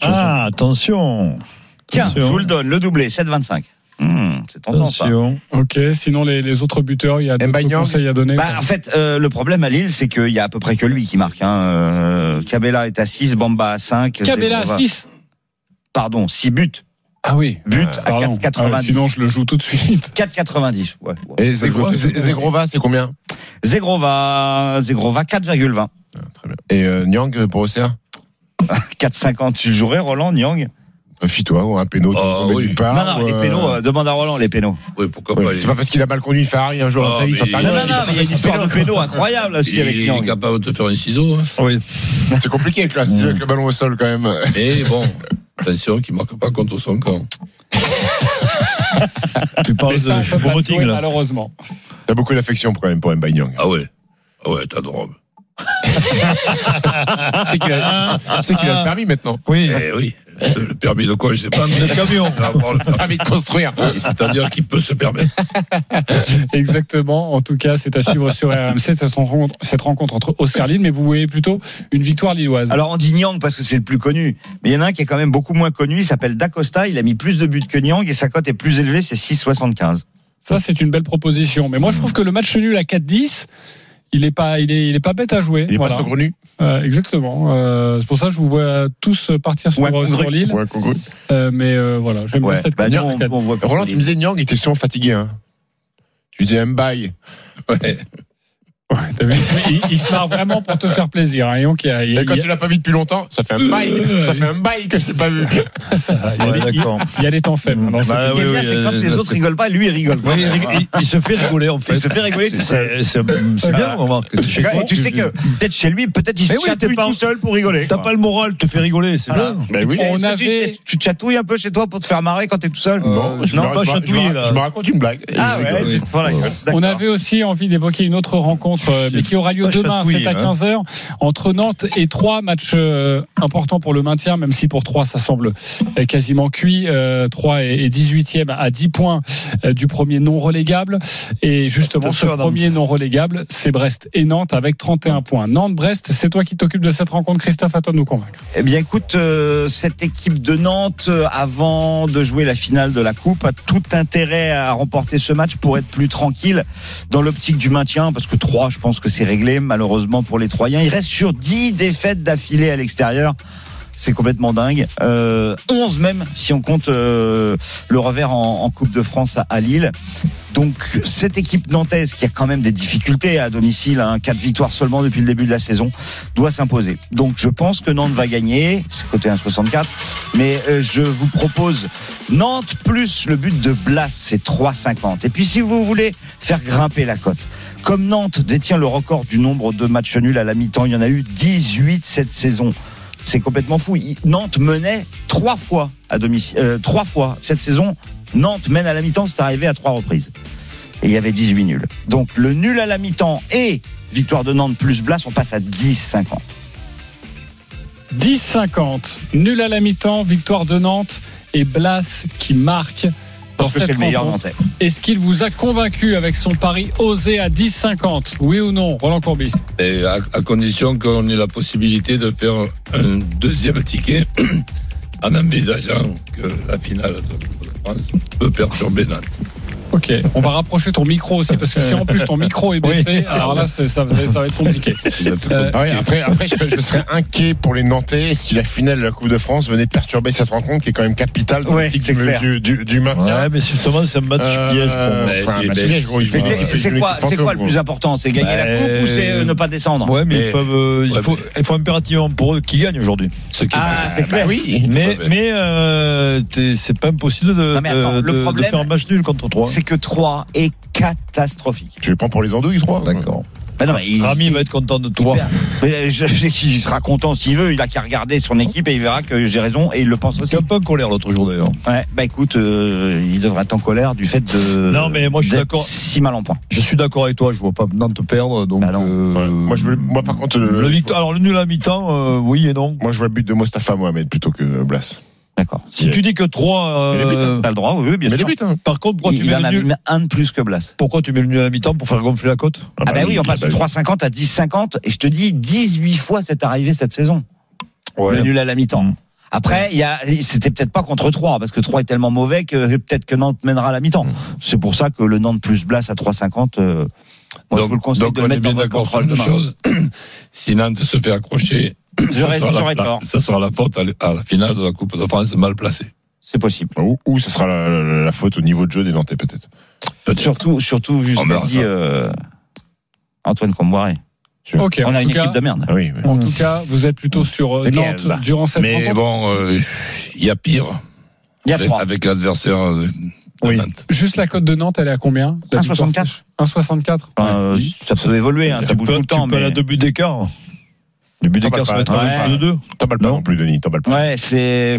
Ah, attention.
Tiens,
Attention.
je vous le donne, le doublé, 7,25. Hmm, c'est tentant ça.
Attention.
Ok, sinon les, les autres buteurs, il y a d'autres
Mbaye Niang.
conseils à donner.
Bah, en fait, euh, le problème à Lille, c'est qu'il y a à peu près que lui qui marque. Hein. Euh, Cabella est à 6, Bamba à 5.
Cabella à 6.
Pardon, 6 buts.
Ah oui.
But à
Pardon. Ah ouais,
4,90.
sinon, je le joue tout de suite.
4,90. Ouais, ouais.
Et Zegro- Ze- Zegrova, c'est combien
Zegrova, Zegrova 4,20.
Très bien. Et euh, Nyang euh,
(laughs)
pour Auxerre
4,50. Tu le jouerais, Roland, Nyang
Euh, Fie-toi ou un péno
Ah,
tombé
oui.
nulle part,
Non, non,
ou,
les
euh,
pénaux, euh, demande à Roland les pénaux.
Oui, pourquoi
ouais,
pas.
C'est
Il-
pas parce qu'il a mal conduit Ferrari un jour,
Ah,
ça il
mais-
s'en perd.
Non, non, non, mais il y a une histoire de pénaux incroyable
il,
aussi avec
il est
Nyang.
capable de te faire un ciseau. hein.
C'est compliqué avec le, avec le ballon au sol quand même.
Mais bon, attention qu'il ne marque pas contre
(laughs)
son camp.
Tu
Mais
parles
ça,
de
on
je
peut
suis
pas le
breting
jouer,
là.
malheureusement. (laughs)
T'as beaucoup d'affection quand même pour Mbaye Nyang.
Ah ouais. Ah ouais, t'as de robe.
C'est qu'il a, c'est qu'il a le permis maintenant.
Oui.
Eh oui. Le permis de quoi, je sais pas. mais-
Le camion.
Il va avoir le permis.
Permis Ah, de construire.
Et C'est-à-dire qu'il peut se permettre.
Exactement. En tout cas, c'est à suivre sur RMC cette rencontre, cette rencontre entre Auxerre Lille, mais vous voyez plutôt une victoire lilloise.
Alors on dit Nyang parce que c'est le plus connu, mais il y en a un qui est quand même beaucoup moins connu, il s'appelle Dacosta, il a mis plus de buts que Nyang et sa cote est plus élevée, c'est 6,75.
Ça, c'est une belle proposition. Mais moi, je trouve que le match nul à 4-10, il est pas, il est, il est pas bête à jouer.
Il est
Voilà.
pas saugrenu.
Euh, exactement. Euh, c'est pour ça que je vous vois tous partir sur, euh,
Ouais,
sur
congrue.
l'île.
Ouais, Congrue.
Euh, mais euh, voilà, j'aime bien
Ouais.
cette
Bah, nous,
manière
on,
à 4-10.
on voit
Roland, tu me disais Nyang était sûrement fatigué. Hein. Tu disais Mbaye.
Ouais.
T'as vu, il, il se marre vraiment pour te faire plaisir. hein. Et donc, il y a- il y a-
Et quand tu l'as pas vu depuis longtemps, ça fait un bail. (laughs) Ça fait un bail que je t'ai pas vu.
ça, il y a
Ouais,
des-
d'accord.
il y a des temps faibles. dans cette-
Bah,
oui, oui,
c'est
euh,
quand les
ça,
autres
c'est-
rigolent pas, lui il rigole.
Ouais, il, il- il se fait rigoler en fait.
Il se fait rigoler
C'est-
tout
C'est c'est- c'est bien, remarque. Chez toi,
Et tu sais que peut-être chez lui, peut-être il
Mais
se
oui, t'es
chatouille
pas-
tout seul pour rigoler.
T'as
quoi.
pas le moral, tu te fais rigoler, c'est
Voilà.
bien.
Ben oui.
On
Est-ce que
avait-
Tu, tu te chatouilles un peu chez toi pour te faire marrer quand t'es tout seul
Bon, je
non,
me
pas
raconte- je me-
chatouiller,
je me-
là.
Je me raconte une blague.
Ah
Et je
ouais,
rigole.
tu te prends la gueule.
On
D'accord. Bah,
avait aussi envie d'évoquer une autre rencontre, euh, mais qui aura lieu
Pas
demain,
chatouillé,
c'est à
hein.
15h, entre Nantes et Troyes, match euh, important pour le maintien, même si pour Troyes, ça semble euh, quasiment cuit. Euh, Troyes est est 18e à 10 points euh, du premier non relégable. Et justement, ce
Attention à Nantes.
premier non relégable, c'est Brest et Nantes avec 31 points. Nantes-Brest, c'est toi qui t'occupes de cette rencontre, Christophe, à toi de nous convaincre.
Eh bien, écoute, euh, cette équipe de Nantes, euh, avant de jouer la finale de la Coupe, a tout intérêt à remporter ce match pour être plus tranquille dans l'optique du maintien, parce que 3, je pense que c'est réglé, malheureusement, pour les Troyens. Il reste sur 10 défaites d'affilée à l'extérieur. C'est complètement dingue. Euh, 11 même, si on compte euh, le revers en, en Coupe de France à, à Lille. Donc cette équipe nantaise, qui a quand même des difficultés à domicile, hein, 4 victoires seulement depuis le début de la saison, doit s'imposer. Donc je pense que Nantes va gagner, c'est côté 1,64, mais euh, je vous propose Nantes plus le but de Blas, c'est 3,50. Et puis si vous voulez faire grimper la cote, comme Nantes détient le record du nombre de matchs nuls à la mi-temps, il y en a eu 18 cette saison. C'est complètement fou. Il- Nantes menait trois fois à domicile, euh, trois fois cette saison. Nantes mène à la mi-temps, c'est arrivé à trois reprises. Et il y avait 18 nuls. Donc le nul à la mi-temps et victoire de Nantes plus Blas, on passe à 10,50.
10-50, nul à la mi-temps, victoire de Nantes et Blas qui marque. dans
Parce que
cette
c'est le meilleur
rencontre.
Nantais.
Est-ce qu'il vous a convaincu avec son pari osé à 10,50 Oui ou non, Roland Courbis
Et à, à condition qu'on ait la possibilité de faire un deuxième ticket en envisageant que la finale de la Coupe de France peut perturber Nantes.
Ok, on va rapprocher ton micro aussi, parce que si en plus ton micro
(laughs)
est baissé, alors là, c'est- ça, ça va être compliqué.
Vous êtes
Euh,
Ah ouais, après, après je, je serais inquiet pour les Nantais si la finale de la Coupe de France venait perturber cette rencontre qui est quand même capitale dans
Ouais,
l'optique
c'est
du-
clair. Bah,
du, du- du maintien.
Ouais, mais justement, c'est un (laughs) match
Euh,
piège pour moi.
mais
enfin,
c'est-
match
mais-
piège, gros, ils
Mais
jouent un-
c'est-
ils jouent
c'est
une
quoi,
équipe
c'est quoi le
fantôme,
plus important C'est gagner la
Bah,
coupe ou c'est euh, ne pas descendre
Ouais, mais
Mais-
ils peuvent, euh, il,
Ouais,
faut, il faut impérativement pour eux qu'ils gagnent aujourd'hui.
ce qui
Ah, c'est clair.
oui.
Mais,
Ouais.
mais euh, t'es- c'est pas impossible de,
Non, mais attends,
de-
le
de- de
problème,
faire un match nul contre 3.
C'est que 3 est catastrophique.
Tu les prends pour les andouilles, trois.
D'accord.
Bah non, mais il,
Rami va être content de
il
toi.
perd. Mais euh, je- je- il sera content s'il veut. Il a qu'à regarder son équipe et il verra que j'ai raison et il le pense aussi.
C'était un peu en colère l'autre jour d'ailleurs.
Ouais, bah écoute, euh, il devrait être en colère du fait de.
Non, mais moi, je suis
d'être
d'accord.
Si mal en point.
Je suis d'accord avec toi, je vois pas Nantes perdre. Donc,
Bah non.
euh,
Ouais. Moi, je veux- moi, par contre,
le,
euh,
victoire, alors le nul à mi-temps, euh, oui et non.
Moi, je vois le but de Mostafa Mohamed plutôt que Blas.
D'accord.
Si tu dis que euh, 3
Mais les buts, hein.
T'as le droit, oui, oui, bien
Mais les
sûr.
buts, hein.
par contre, pourquoi tu,
Il, il
mets
en a
le nul,
mis un de plus que Blas.
pourquoi tu mets le nul à la mi-temps pour faire gonfler la cote
Ah bah oui, on
ah
passe de
bah
3,50 à 10,50 et je te dis 18 fois c'est arrivé cette saison. le nul à la mi-temps.
Mm.
Après, il y a, c'était peut-être pas contre 3, parce que 3 est tellement mauvais que peut-être que Nantes mènera à la mi-temps.
Mm.
C'est pour ça que le Nantes plus Blas à 3,50, euh, moi je vous le conseille
donc
de
on
le
est
mettre
bien
dans votre
d'accord sur
contrôle
une
demain.
chose. si Nantes se fait accrocher,
J'aurais-
ça, sera
j'aurais
la, la-
tort.
ça sera la faute à l- à la finale de la Coupe de France mal placée.
C'est possible.
Ou, ou ce sera la, la- la faute au niveau de jeu des Nantais, peut-être.
Surtout, surtout, vu ce
On
qu'a
verra
dit,
ça.
euh, Antoine Comboiré.
Ok,
On
en
a
tout,
une
cas,
équipe de merde.
Ah oui. mais-
en tout cas, vous êtes plutôt sur euh,
Eh bien,
Nantes
bah.
durant cette
Mais
rencontre.
bon, euh, il y a pire
Il y a
avec-
3.
avec l'adversaire euh, de de
Oui.
Nantes.
Juste la cote de Nantes, elle est à combien La victoire
1,64.
sèche 1,64
euh, ça peut évoluer, hein, ça
Tu
bouge
peux-
tout le
tu
temps.
peux aller
Mais...
à deux buts d'écart. Deux buts d'écart, ça va être
pas,
un
ouais.
de deux.
T'emballes pas
Non.
non plus, Denis. T'emballes pas.
Ouais, c'est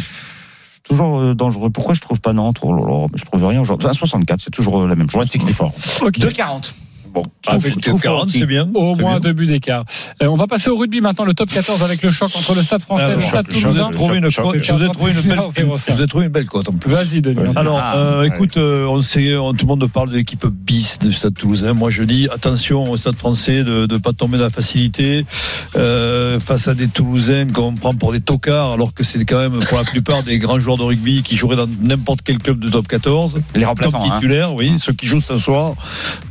toujours euh, dangereux. Pourquoi je trouve pas Nantes? Oh là là, mais je trouve rien aujourd'hui. 1,64, c'est toujours euh, la même chose.
64.
Ok.
2,40.
Bon, avec
Truffaut,
40,
Truffaut,
Ah, c'est bien.
Au
c'est
moins
bien.
deux buts d'écart. Euh, on va passer au rugby maintenant, le top 14 avec le choc entre le Stade français
Ah,
et
le
le
choc,
Stade
le choc,
toulousain.
Je vous ai trouvé une
Choc.
je vous ai trouvé une belle- je vous ai trouvé une belle cote en plus.
Vas-y, Denis.
Vas-y.
Alors,
Ah,
euh,
ouais.
écoute, euh, on sait, on- tout le monde parle de l'équipe bis du Stade Toulousain. Moi, je dis attention au Stade Français de ne pas tomber dans la facilité euh, face à des Toulousains qu'on prend pour des tocards, alors que c'est quand même pour la plupart des grands joueurs de rugby qui joueraient dans n'importe quel club de top 14,
Les
top
remplaçants. hein.
titulaire, oui, ceux qui jouent ce soir.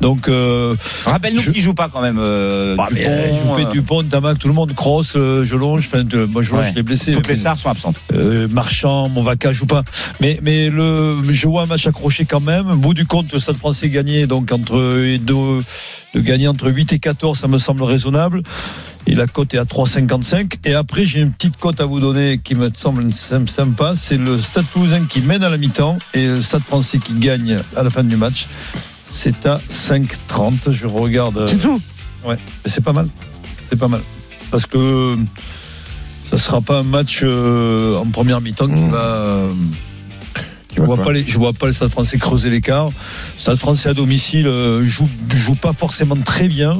Donc, euh,
Rappelle-nous
Je-
qui joue pas quand même. euh,
bah,
Dupont,
mais, euh, Juppé,
euh,
Dupont, Tamac, tout le monde, Cross, euh, Jelonge, enfin, de- moi Jelonge,
Ouais.
je l'ai blessé.
Toutes les
mais-
stars sont absentes.
euh, Marchand, Monvaca joue pas. Mais, mais le, je vois un match accroché quand même. Au bout du compte, le Stade français gagné, donc entre, et deux- de gagner entre 8 et 14, ça me semble raisonnable. Et la cote est à 3,55. Et après, j'ai une petite cote à vous donner qui me semble sym- sympa. C'est le Stade Toulousain qui mène à la mi-temps et le Stade français qui gagne à la fin du match. C'est à 5,30. Je regarde. C'est tout Ouais, mais c'est pas mal. C'est pas mal. Parce que ça sera pas un match euh, en première mi-temps qui
Mmh.
va. euh,
va
je vois
quoi
pas les, je vois pas le Stade Français creuser l'écart. Le Stade Français à domicile euh, joue joue pas forcément très bien,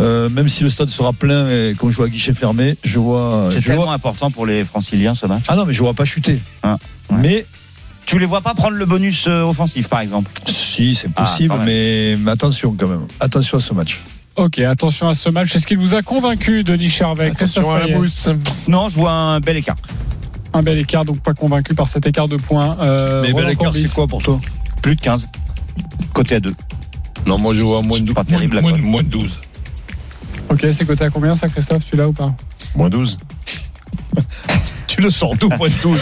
Euh, même si le stade sera plein et qu'on joue à guichet fermé. Je vois.
C'est
Je
tellement
vois
important pour les Franciliens ce match.
ah non, mais je vois pas chuter.
Ah, ouais.
Mais
Tu les vois pas prendre le bonus euh, offensif par exemple.
si c'est
Ah,
possible,
quand même.
mais, mais attention quand même. Attention à ce match.
Ok, attention à ce match. Est-ce qu'il vous a convaincu, Denis Charvet
Attention
Christophe
à la
Payet
mousse.
Non, je vois un bel écart.
Un bel écart, donc pas convaincu par cet écart de points. Euh,
mais
Roland
bel écart,
Courbis.
c'est quoi pour toi
Plus de 15. Côté à 2.
Non, moi je vois moins,
C'est
dou-
pas terrible, la
moins,
cote.
moins, moins 12.
Ok, c'est coté à combien ça, Christophe, celui-là ou pas
Moins 12.
Tu le sors d'où point de (laughs) 12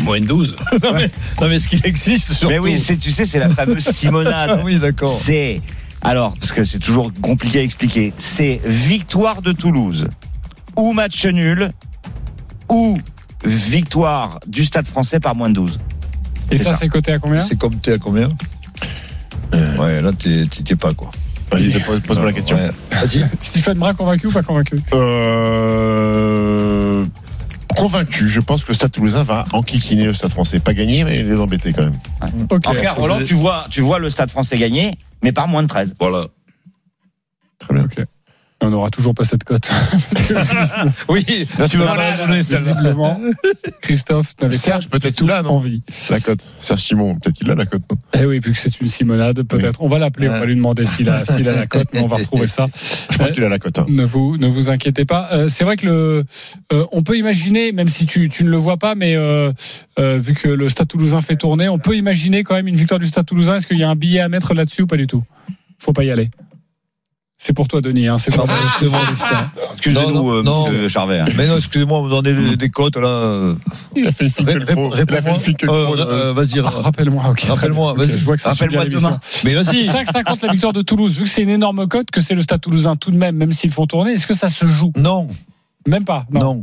moins 12
non, mais, non, mais ce qu'il existe surtout.
Mais oui, c'est- tu sais, c'est la fameuse
(laughs) ah,
Simonade.
oui d'accord.
C'est. Alors, parce que c'est toujours compliqué à expliquer, c'est victoire de Toulouse, ou match nul, ou victoire du Stade français par moins de 12.
Et
C'est
ça,
ça.
c'est coté à combien
C'est comme t'es à combien Ouais, là t'es t'y- t'y es pas quoi.
Vas-y, te pose- pose-moi la
Alors,
question.
ouais. Vas-y.
Stephen Bra convaincu ou pas convaincu
Euh, Convaincu, je pense que le Stade Toulousain va enquiquiner le Stade français. Pas gagner, mais les embêter quand même.
Ok.
En Frère Roland, tu vois, tu vois le Stade français gagner, mais par moins de 13.
Voilà.
Très bien.
On n'aura toujours pas cette cote. (laughs) Parce que,
(laughs) Oui,
c'est
tu vas
pas
pas
mal.
la donner celle-là. (laughs)
visiblement, Christophe n'avait pas
Serge, peut-être tout là, non
envie.
La cote. Serge Simon, peut-être qu'il a la cote. non
Eh oui, vu que c'est une Simonade, peut-être. On va l'appeler, on va lui demander s'il a, s'il a la cote, mais on va retrouver ça. Euh,
Je pense qu'il a la cote. hein.
Ne vous, ne vous inquiétez pas. Euh, c'est vrai que le, euh, on peut imaginer, même si tu, tu ne le vois pas, mais euh, euh, vu que le Stade Toulousain fait tourner, on peut imaginer quand même une victoire du Stade Toulousain. Est-ce qu'il y a un billet à mettre là-dessus ou pas du tout Faut pas y aller. C'est pour toi, Denis. Hein, c'est pour
Pardon,
le
excuse-moi.
Stade.
Non, non,
Excusez-nous, euh,
non.
monsieur Charvet. hein.
Mais non, excusez-moi, vous me donnez des, des cotes là. euh,
Il a fait le fil que
ré-
le pro.
ré-
Il a fait
réponds-moi.
le fil que le
Euh,
pro.
euh, Vas-y.
Ah, Rappelle-moi, ok.
Rappelle-moi,
(laughs) Ok,
vas-y.
je vois que ça suit bien
Rappelle-moi
l'émission.
demain.
Mais vas-y.
5,50 la victoire de Toulouse, vu que c'est une énorme cote, que c'est le Stade Toulousain tout de même, même s'ils font tourner, est-ce que ça se joue
Non,
Même pas. Non.
non.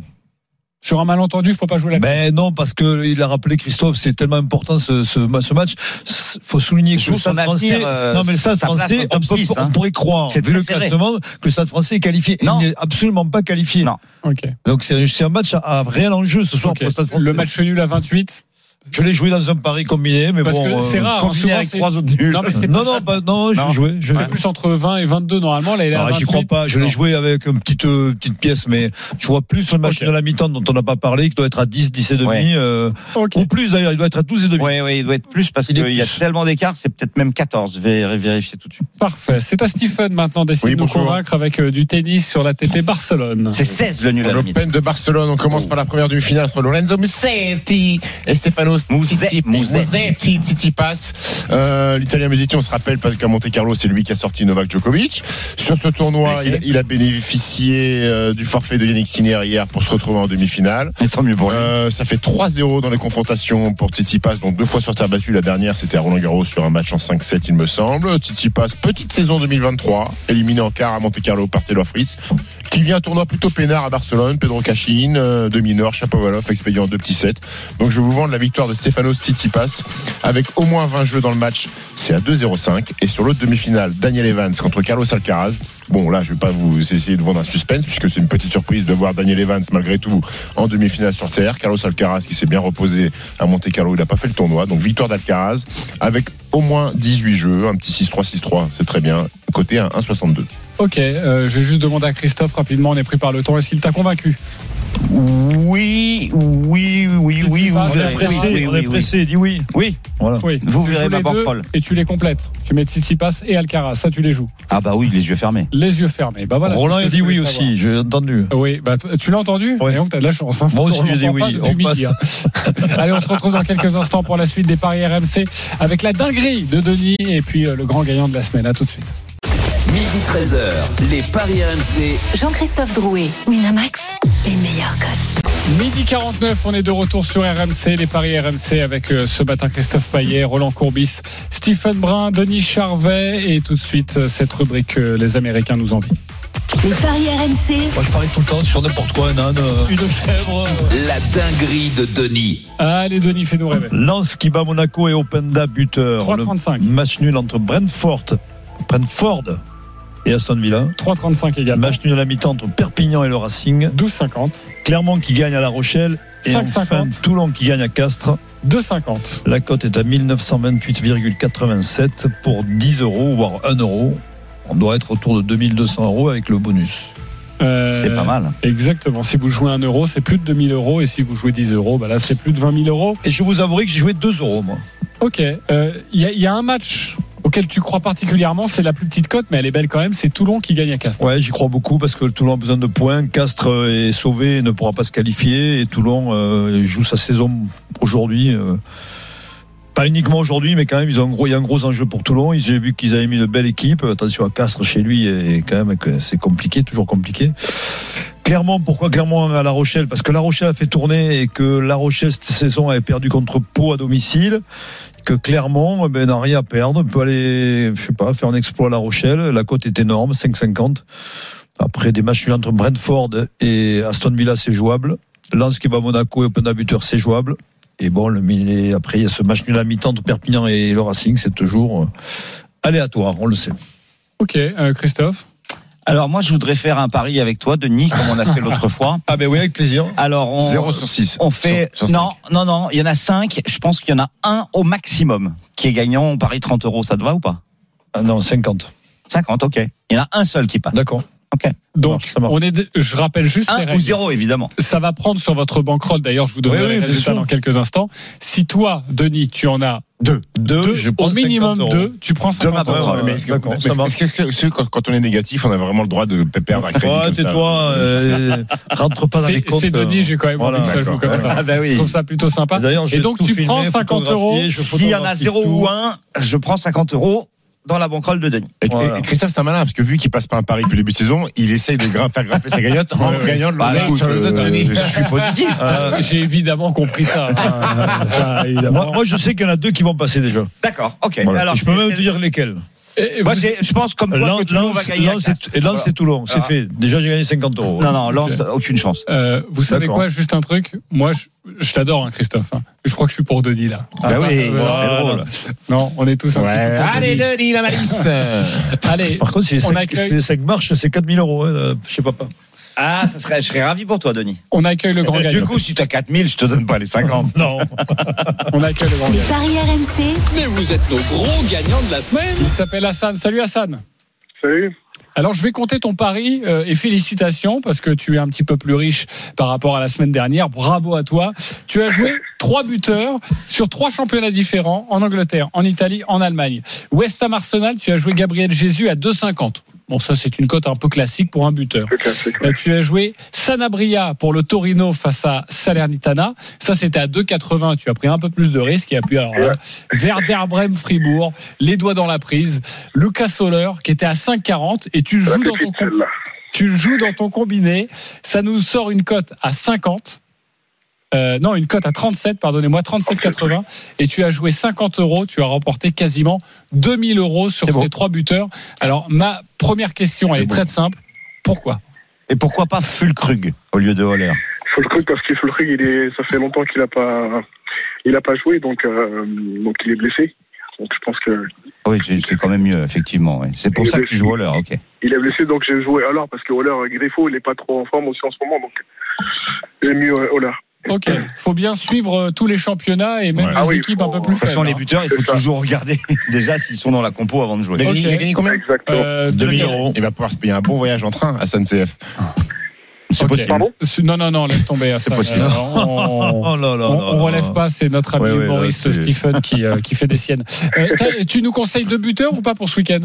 Sur un malentendu, faut pas jouer la
Mais Ben non, parce que il a rappelé Christophe, c'est tellement important ce, ce, ma- ce match. S- Faut souligner que
Joue
le Stade
son
français.
avenir, euh,
non, mais le Stade
sa place
français,
en
on,
top
peut-
6, hein.
on pourrait croire,
C'est
vu le
très serré.
classement, que le Stade français est qualifié.
Non.
Il n'est absolument pas qualifié.
Non.
Ok.
Donc c'est c'est un match à, à réel enjeu ce soir
Ok.
pour le Stade français.
Le match nul à 28.
Je l'ai joué dans un pari combiné, mais
Parce
bon.
que c'est
euh,
rare. hein,
Combiné
souvent,
avec
c'est-
trois autres nuls.
Non, mais c'est
Non,
plus
non,
ça.
pas- non, je
Non.
l'ai joué. Je l'ai
C'est plus entre 20 et 22 normalement. Là, il est à
Ah, j'y crois
28.
pas. Je l'ai
Non.
joué avec une petite, euh, petite pièce, mais je vois plus sur le match
Ok.
de la mi-temps dont on n'a pas parlé, qui doit être à 10, 10 et demi,
Ouais.
euh,
Ok.
ou plus d'ailleurs, il doit être à 12 et demi.
Oui, oui, il doit être plus parce
Il
qu'il
est
y a
plus.
tellement d'écart, c'est peut-être même 14. Je vais vérifier tout de suite.
Parfait. C'est à Stephen maintenant d'essayer
Oui,
de nous
bonjour.
convaincre avec euh, du tennis sur la TP Barcelone.
C'est 16 le nul à la limite. Oh.
L'Open de Barcelone, on commence par la première demi-finale entre Lorenzo Musetti et Stefano
Musetti.
Tsitsipas. Musetti, Tsitsipas. Euh, L'Italien Musetti, on se rappelle parce qu'à Monte Carlo, c'est lui qui a sorti Novak Djokovic. Sur ce tournoi, il, il a bénéficié euh, du forfait de Yannick Sinner hier pour se retrouver en demi-finale.
Mais tant mieux pour lui.
Euh, ça fait 3-0 dans les confrontations pour Tsitsipas, donc deux fois sur terre battue. La dernière, c'était à Roland-Garros sur un match en 5-7, il me semble. Tsitsipas, petite saison 2023, éliminé en quart à Monte-Carlo par Taylor Fritz, qui vient un tournoi plutôt euh, peinard à Barcelone. Pedro Cachine, demi-nord, Chapovalov, expédient en 2 petits sets. Donc je vais vous vendre la victoire de Stefano Tsitsipas avec au moins 20 jeux dans le match. C'est à 2-0-5. Et sur l'autre demi-finale, Daniel Evans contre Carlos Alcaraz. Bon, là, je vais pas vous essayer de vendre un suspense puisque c'est une petite surprise de voir Daniel Evans malgré tout en demi-finale sur terre. Carlos Alcaraz qui s'est bien reposé à Monte Carlo, il n'a pas fait le tournoi. Donc victoire d'Alcaraz avec au moins 18 jeux, un petit 6-3-6-3, c'est très bien. Côté 1, 1,62.
Ok, euh, je vais juste demander à Christophe rapidement, on est pris par le temps, est-ce qu'il t'a convaincu
Oui, oui, oui, oui.
Tsitsipas,
vous
on est
verrez. Oui,
pressé,
oui,
on est
oui.
pressé, dis oui.
Oui,
Voilà.
Oui,
vous
Tu
verrez
joues
ma
les deux
bankroll.
Et tu les complètes. Tu mets Tsitsipas et Alcaraz, ça tu les joues.
Ah bah oui, les yeux fermés.
Les yeux fermés. Bah voilà,
Roland
c'est ce
il
que
dit
je voulais
oui
savoir.
aussi, j'ai entendu.
Oui, bah, t- tu l'as entendu
Ouais.
Et donc t'as de la chance. hein.
Moi aussi,
On
j'ai dit
l'entend pas
oui,
depuis
on passe.
midi, hein.
(laughs)
Allez, on se retrouve dans quelques instants pour la suite des paris RMC avec la dinguerie de Denis et puis euh, le grand gagnant de la semaine. À tout de suite.
Midi 13h, les Paris RMC.
Jean-Christophe Drouet, Winamax, les meilleurs codes.
Midi 49, on est de retour sur RMC, les paris RMC avec euh, ce matin Christophe Paillet, Roland Courbis, Stephen Brun, Denis Charvet et tout de suite euh, cette rubrique euh, Les Américains nous envient.
Les paris RMC,
Moi je parie tout le temps sur n'importe quoi, un âne, euh, une
Eh,
chèvre. euh.
La dinguerie de Denis.
Allez Denis, fais-nous rêver.
Lens qui bat Monaco et Openda buteur.
3,35.
Le match nul entre Brentford, Brentford et Aston Villa.
3,35
Le
également.
match nul à la mi-temps entre Perpignan et le Racing.
12,50.
Clermont qui gagne à La Rochelle. Et
5,50.
enfin Toulon qui gagne à Castres.
2,50.
La cote est à 1928,87 pour 10 euros, voire 1 euro. On doit être autour de 2200 euros avec le bonus.
Euh,
C'est pas mal.
Exactement. Si vous jouez 1 euro, c'est plus de 2000 euros. Et si vous jouez 10 euros, bah là, c'est plus de 20 000 euros.
Et je vous avouerai que j'ai joué 2 euros, moi.
Ok. Euh, Il y, a- il y a un match auquel tu crois particulièrement. C'est la plus petite cote, mais elle est belle quand même. C'est Toulon qui gagne à Castres.
Ouais, j'y crois beaucoup parce que Toulon a besoin de points. Castres euh, est sauvé et ne pourra pas se qualifier. Et Toulon euh, joue sa saison aujourd'hui. euh, pas uniquement aujourd'hui, mais quand même, ils ont un gros, il y a un gros enjeu pour Toulon. Ils- J'ai vu qu'ils avaient mis une belle équipe. Attention à Castres chez lui, et quand même, que c'est compliqué, toujours compliqué. Clermont, pourquoi Clermont à La Rochelle Parce que La Rochelle a fait tourner et que La Rochelle cette saison avait perdu contre Pau à domicile. Que Clermont eh ben, n'a rien à perdre, peut aller, je sais pas, faire un exploit à La Rochelle. La cote est énorme, 5,50. Après des matchs nuls entre Brentford et Aston Villa, c'est jouable. Lens qui bat Monaco et Open buteur, c'est jouable. Et bon, le, milieu- après, il y a ce match nul à mi-temps entre Perpignan et le Racing, c'est toujours euh, aléatoire, on le sait.
Ok, euh, Christophe.
Alors moi, je voudrais faire un pari avec toi, Denis, comme on a
(laughs)
fait l'autre fois.
Ah ben oui, avec plaisir.
Alors on,
0 sur 6.
on fait
Sur- sur
non, non, non. Il y en a cinq. Je pense qu'il y en a un au maximum qui est gagnant. On parie 30 euros. Ça te va ou pas
Ah non, 50.
50, ok. Il y en a un seul qui passe.
D'accord.
Donc,
marche, ça marche.
on est. d- Je rappelle juste les
Un ou
règles.
zéro, évidemment.
Ça va prendre sur votre bankroll. D'ailleurs, je vous donnerai
Oui, oui,
les
bien
résultats
sûr.
dans quelques instants. Si toi, Denis, tu en as
Deux.
Deux,
deux,
je prends
au minimum
50 euros.
deux, tu prends 50
ma
euros.
euh,
bankroll.
Mais est-ce que-
D'accord,
mais
ça
est-ce-
marche.
est-ce que- est-ce que quand- quand on est négatif, on a vraiment le droit de perdre à crédit
Ouais,
comme ça
tais-toi,
(laughs)
euh, rentre pas dans les
C'est
comptes.
c'est Denis, j'ai quand même
Voilà,
envie que ça joue comme ça.
Ah bah
Je
oui.
trouve ça plutôt sympa.
D'ailleurs, je
Et
vais
donc,
tout
tu
filmer,
prends 50 euros.
photographier, je
S'il y en a
photographie
zéro
tout.
ou un, je prends 50 euros dans la banquerolle de Denis.
Et, et-
Voilà.
et Christophe, c'est un malin, parce que vu qu'il passe pas un pari depuis le début de saison, il essaye de grim- faire
(laughs)
grimper sa gagnante en gagnant de
Bah,
l'oseille
écoute,
sur le dos de
euh,
Denis.
je suis
(laughs)
positif.
Euh,
Ah, J'ai évidemment compris ça. hein. Ça, évidemment.
Ah. moi, moi, je sais qu'il y en a deux qui vont passer déjà.
D'accord, ok.
Voilà.
Alors,
je peux même
vais-
te dire lesquels.
Et- et
Moi,
vous-
j'ai- je pense comme toi
Lens,
que Toulon va
Lens,
gagner. à
Lens
Castres.
et- et Lens et Toulon, c'est
Alors-
fait. Déjà, j'ai gagné 50 euros.
Non, non, Lens, aucune chance.
Euh, vous savez
D'accord.
quoi, juste un truc. Moi, je, je t'adore, hein, Christophe. hein. Je crois que je suis pour Denis là.
Ah, bah oui,
voilà.
ça serait drôle.
Non, on est tous un petit peu pour
Allez,
Denis.
Denis,
(laughs)
la malice
Euh, Allez,
Par contre, si les
On
5,
accueille-
marches, c'est 4000 euros, hein, euh, je sais pas. pas.
Ah, ça serait, je serais ravi pour toi, Denis. Euh,
on accueille le grand
Du
gagnant.
coup, si t'as 4000, je te donne pas les 50.
(laughs) Non.
(laughs) On accueille le grand
les
gagnant.
paris RMC,
Mais vous êtes nos gros gagnants de la semaine.
Il s'appelle Hassan. Salut Hassan.
Salut.
Alors je vais compter ton pari euh, et félicitations parce que tu es un petit peu plus riche par rapport à la semaine dernière. Bravo à toi. Tu
(laughs)
as joué trois buteurs sur trois championnats différents en Angleterre, en Italie, en Allemagne. West Ham Arsenal, tu as joué Gabriel Jésus à 2,50. Bon ça c'est une cote un peu classique pour un buteur.
Le classique.
Euh, Tu as joué Sanabria pour le Torino face à Salernitana. Ça, c'était à 2,80. Tu as pris un peu plus de risques. Il y a pu, alors, là, Werder Bremen, Fribourg, les doigts dans la prise. Lucas Soler, qui était à 5,40. Et tu
La
joues, dans ton,
pépite,
com-
celle-là.
tu joues dans ton combiné. Ça nous sort une cote à 50. Euh, non, une cote à 37, pardonnez-moi, 37,80. Et tu as joué 50 euros. Tu as remporté quasiment 2000 euros sur
C'est
ces
bon.
trois buteurs. Alors, ma première question, elle
C'est
est
bon.
très simple. Pourquoi
Et pourquoi pas Fulkrug au lieu de Holler
Faut le truc parce que faut le truc, il est, ça fait longtemps qu'il a pas, Il n'a pas joué, donc, euh, donc il est blessé. Donc je pense que
Oui, c'est c'est quand même mieux, effectivement. ouais. C'est pour
Et
ça que
le-
tu joues à l'heure, ok.
il est blessé, donc j'ai joué Hollard parce que Hollard euh, Griffo, il n'est pas trop en forme aussi en ce moment, donc j'ai mis euh, Hollard.
Ok, faut bien suivre euh, tous les championnats et même
Ouais.
les
Ah oui,
équipes un peu
faut-
plus
De toute façon,
faibles. hein.
les buteurs, il
C'est
faut
ça.
toujours regarder (laughs) déjà s'ils sont dans la compo avant de jouer.
Il a gagné- il a gagné combien
hein.
Exactement.
Euh,
2000 euros. Il va pouvoir se payer un bon voyage en train à SNCF.
C'est
ok.
possible.
Pardon
Su- Non, non, non, laisse tomber. ça.
possible.
Euh, on-
Oh là là
On,
là
on
là.
relève pas, c'est notre ami
Ouais, ouais, là,
humoriste
c'est-
Stephen qui, euh, qui fait des siennes. Euh, t'as- tu nous conseilles deux buteurs ou pas pour ce week-end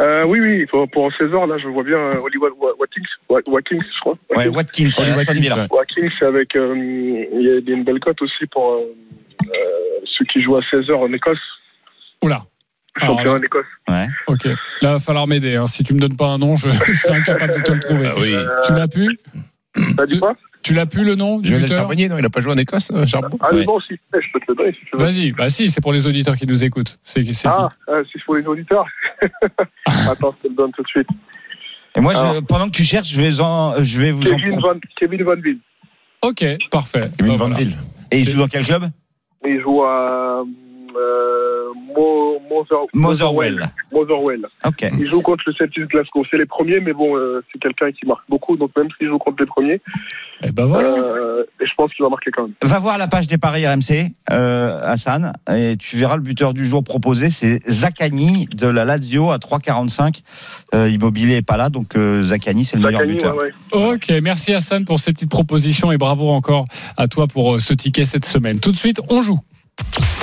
Euh, oui, oui, pour, pour 16 heures, là, je vois bien euh, Hollywood Wa- Watkins, Wa- Watkins, je crois.
Ouais, Watkins, euh,
Oli
Aston
Watkins,
Villa.
ouais.
Watkins avec euh, il y a il y a une belle cote aussi pour euh, euh, ceux qui jouent à 16h en Écosse,
Oula. Alors,
championnat en Écosse.
ok. Là, va falloir m'aider. hein. Si tu me donnes pas un nom, je, (laughs) je suis incapable de te le trouver. Euh,
oui.
Tu l'as pu
T'as dit quoi
Tu l'as pu le nom du
Lionel
buteur
Charbonnier, non, il a pas joué en Écosse, euh, Charbon
Ah
Ouais.
mais bon si eh, je peux te le donner si tu veux.
Vas-y, bah si, c'est pour les auditeurs qui nous écoutent. C'est c'est qui
Ah, euh, si c'est pour les auditeurs. Attends, je te le donne tout de suite.
Et moi, je-
Alors.
pendant que tu cherches, je vais, en, je vais vous en
Kevin Van, Kevin Van Ville.
Ok, parfait.
Kevin
Bah,
Van
voilà.
Ville.
Et il joue dans quel club
Il joue à euh, Mo- Mother-
Motherwell.
Motherwell.
Ok.
Il joue contre le Celtic Glasgow. C'est les premiers, mais bon, euh, c'est quelqu'un qui marque beaucoup. Donc même s'il joue contre les premiers,
Eh ben voilà.
euh, et je pense qu'il va marquer quand même.
Va voir la page des paris RMC, euh, Hassan, et tu verras le buteur du jour proposé, c'est Zaccani de la Lazio à 3,45. Euh, immobilier est pas là, donc euh, Zaccani c'est le meilleur
Zaccagni,
buteur.
ouais, ouais.
Ok, merci Hassan pour ces petites propositions et bravo encore à toi pour euh, ce ticket cette semaine. Tout de suite, on joue.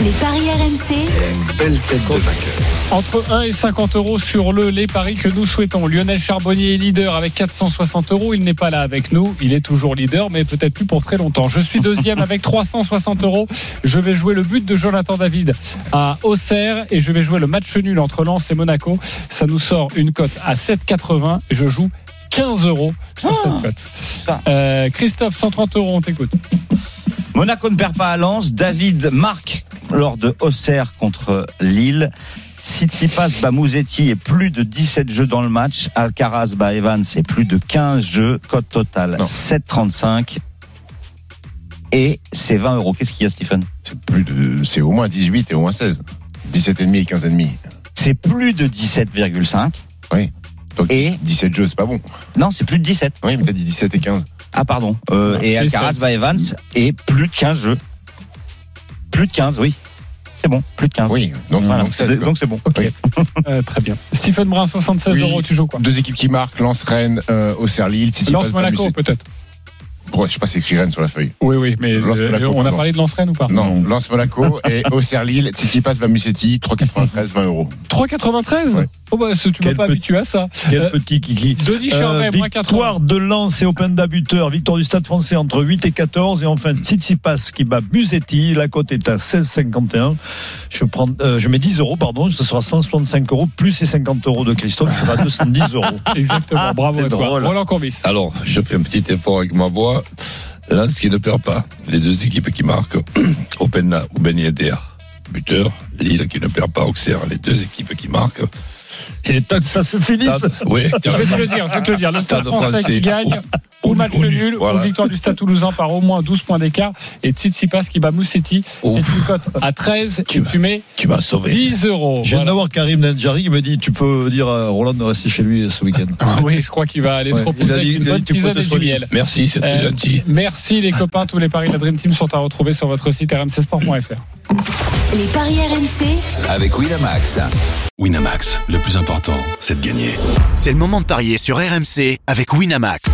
Les paris RMC,
Belle tête de vainqueur.
Entre 1 et 50 euros sur le les paris que nous souhaitons. Lionel Charbonnier est leader avec 460 euros. Il n'est pas là avec nous. Il est toujours leader, mais peut-être plus pour très longtemps. Je suis deuxième avec 360 euros. Je vais jouer le but de Jonathan David à Auxerre et je vais jouer le match nul entre Lens et Monaco. Ça nous sort une cote à 7,80. Je joue 15 euros sur cette cote.
ça.
Euh, Christophe, 130 euros, on t'écoute.
Monaco ne perd pas à Lens, David marque lors de Auxerre contre Lille. Tsitsipas bat Mouzetti et plus de 17 jeux dans le match. Alcaraz bat Evans et plus de 15 jeux. Code total
Non.
7,35. Et c'est 20 euros. Qu'est-ce qu'il y a, Stephen
C'est plus de, c'est au moins 18 et au moins 16. 17 et demi et 15 et demi.
C'est plus de 17,5.
Donc
Et
17 jeux, c'est pas bon.
Non, c'est plus de 17.
Oui, mais t'as dit 17 et 15.
Ah, pardon. Euh,
Bah,
et
Et
Alcaraz
ça-
va Evans et plus de 15 jeux. Plus de 15, oui. C'est bon, plus de 15.
Oui, donc,
Voilà.
donc 16. quoi.
Donc c'est bon.
(laughs) Oui.
Euh, très bien. Stephen Brun, 76
Oui.
euros, tu joues quoi
Deux équipes qui marquent, Lens, Rennes, euh, Auxerre, Lille, Tsitsipas,
Lance Monaco,
Bamusé-
peut-être.
Ouais, je sais pas si c'est écrit Rennes sur la feuille.
Oui, oui, mais
Lance
euh,
Monaco,
on a
pardon.
parlé de lance Rennes ou pas
Non, Lens Monaco et Auxerre Lille, Tsitsipas Bamusetti, 3,93, 20 euros.
3,93
Ouais.
Oh bah, ce- tu m'as
Quel
pas
petit-
habitué à ça.
Quel
Euh,
petit kiki.
Denis Charvet, moins 80.
Euh, victoire de Lens et Open d'abuteur. Victoire du Stade français entre 8 et 14. Et enfin, Tsitsipas qui bat Musetti. La cote est à 16,51. Je, prends, euh, je mets 10 euros, pardon. Ce sera 165 euros plus les 50 euros de Christophe. Ce
(laughs)
sera 210 euros.
Exactement, bravo
C'est
à toi.
drôle.
Roland Courbis.
Alors, je fais un petit effort avec ma voix. Lens qui ne perd pas. Les deux équipes qui marquent, (clears throat) Openda ou Ben Yedder, buteur. Lille qui ne perd pas, Auxerre, les deux équipes qui marquent.
Et les taxes, ça se finit.
Stade- (laughs) Oui,
Je vais te
carrément.
le dire, je vais te le dire. Le
Stade
Stade français
français.
qui
(laughs)
gagne,
Ou-
ou
ou
match
nul,
nul, ou
voilà.
victoire du Stade toulousain par au moins 12 points d'écart. Et Tsitsipas qui bat Moussetti. C'est
Ouf,
une cote à 13
Tu
et
m'as-
tu mets
tu m'as sauvé.
10 euros.
Je viens
Voilà.
d'avoir Karim Nedjari qui me dit Tu peux dire à Roland de rester chez lui ce week-end.
Ah
Oui, je crois qu'il va aller se
Ouais.
reposer
Il a dit-
avec une
il a
bonne
dit, tu peux
tisane
te
et du
soigner.
miel.
Merci, c'est très
Euh,
gentil.
Merci les copains, tous les paris de la Dream Team sont à retrouver sur votre site rmcsport.fr.
les paris RMC,
Avec Winamax.
Winamax, le plus important, c'est de gagner.
C'est le moment de parier sur RMC avec Winamax.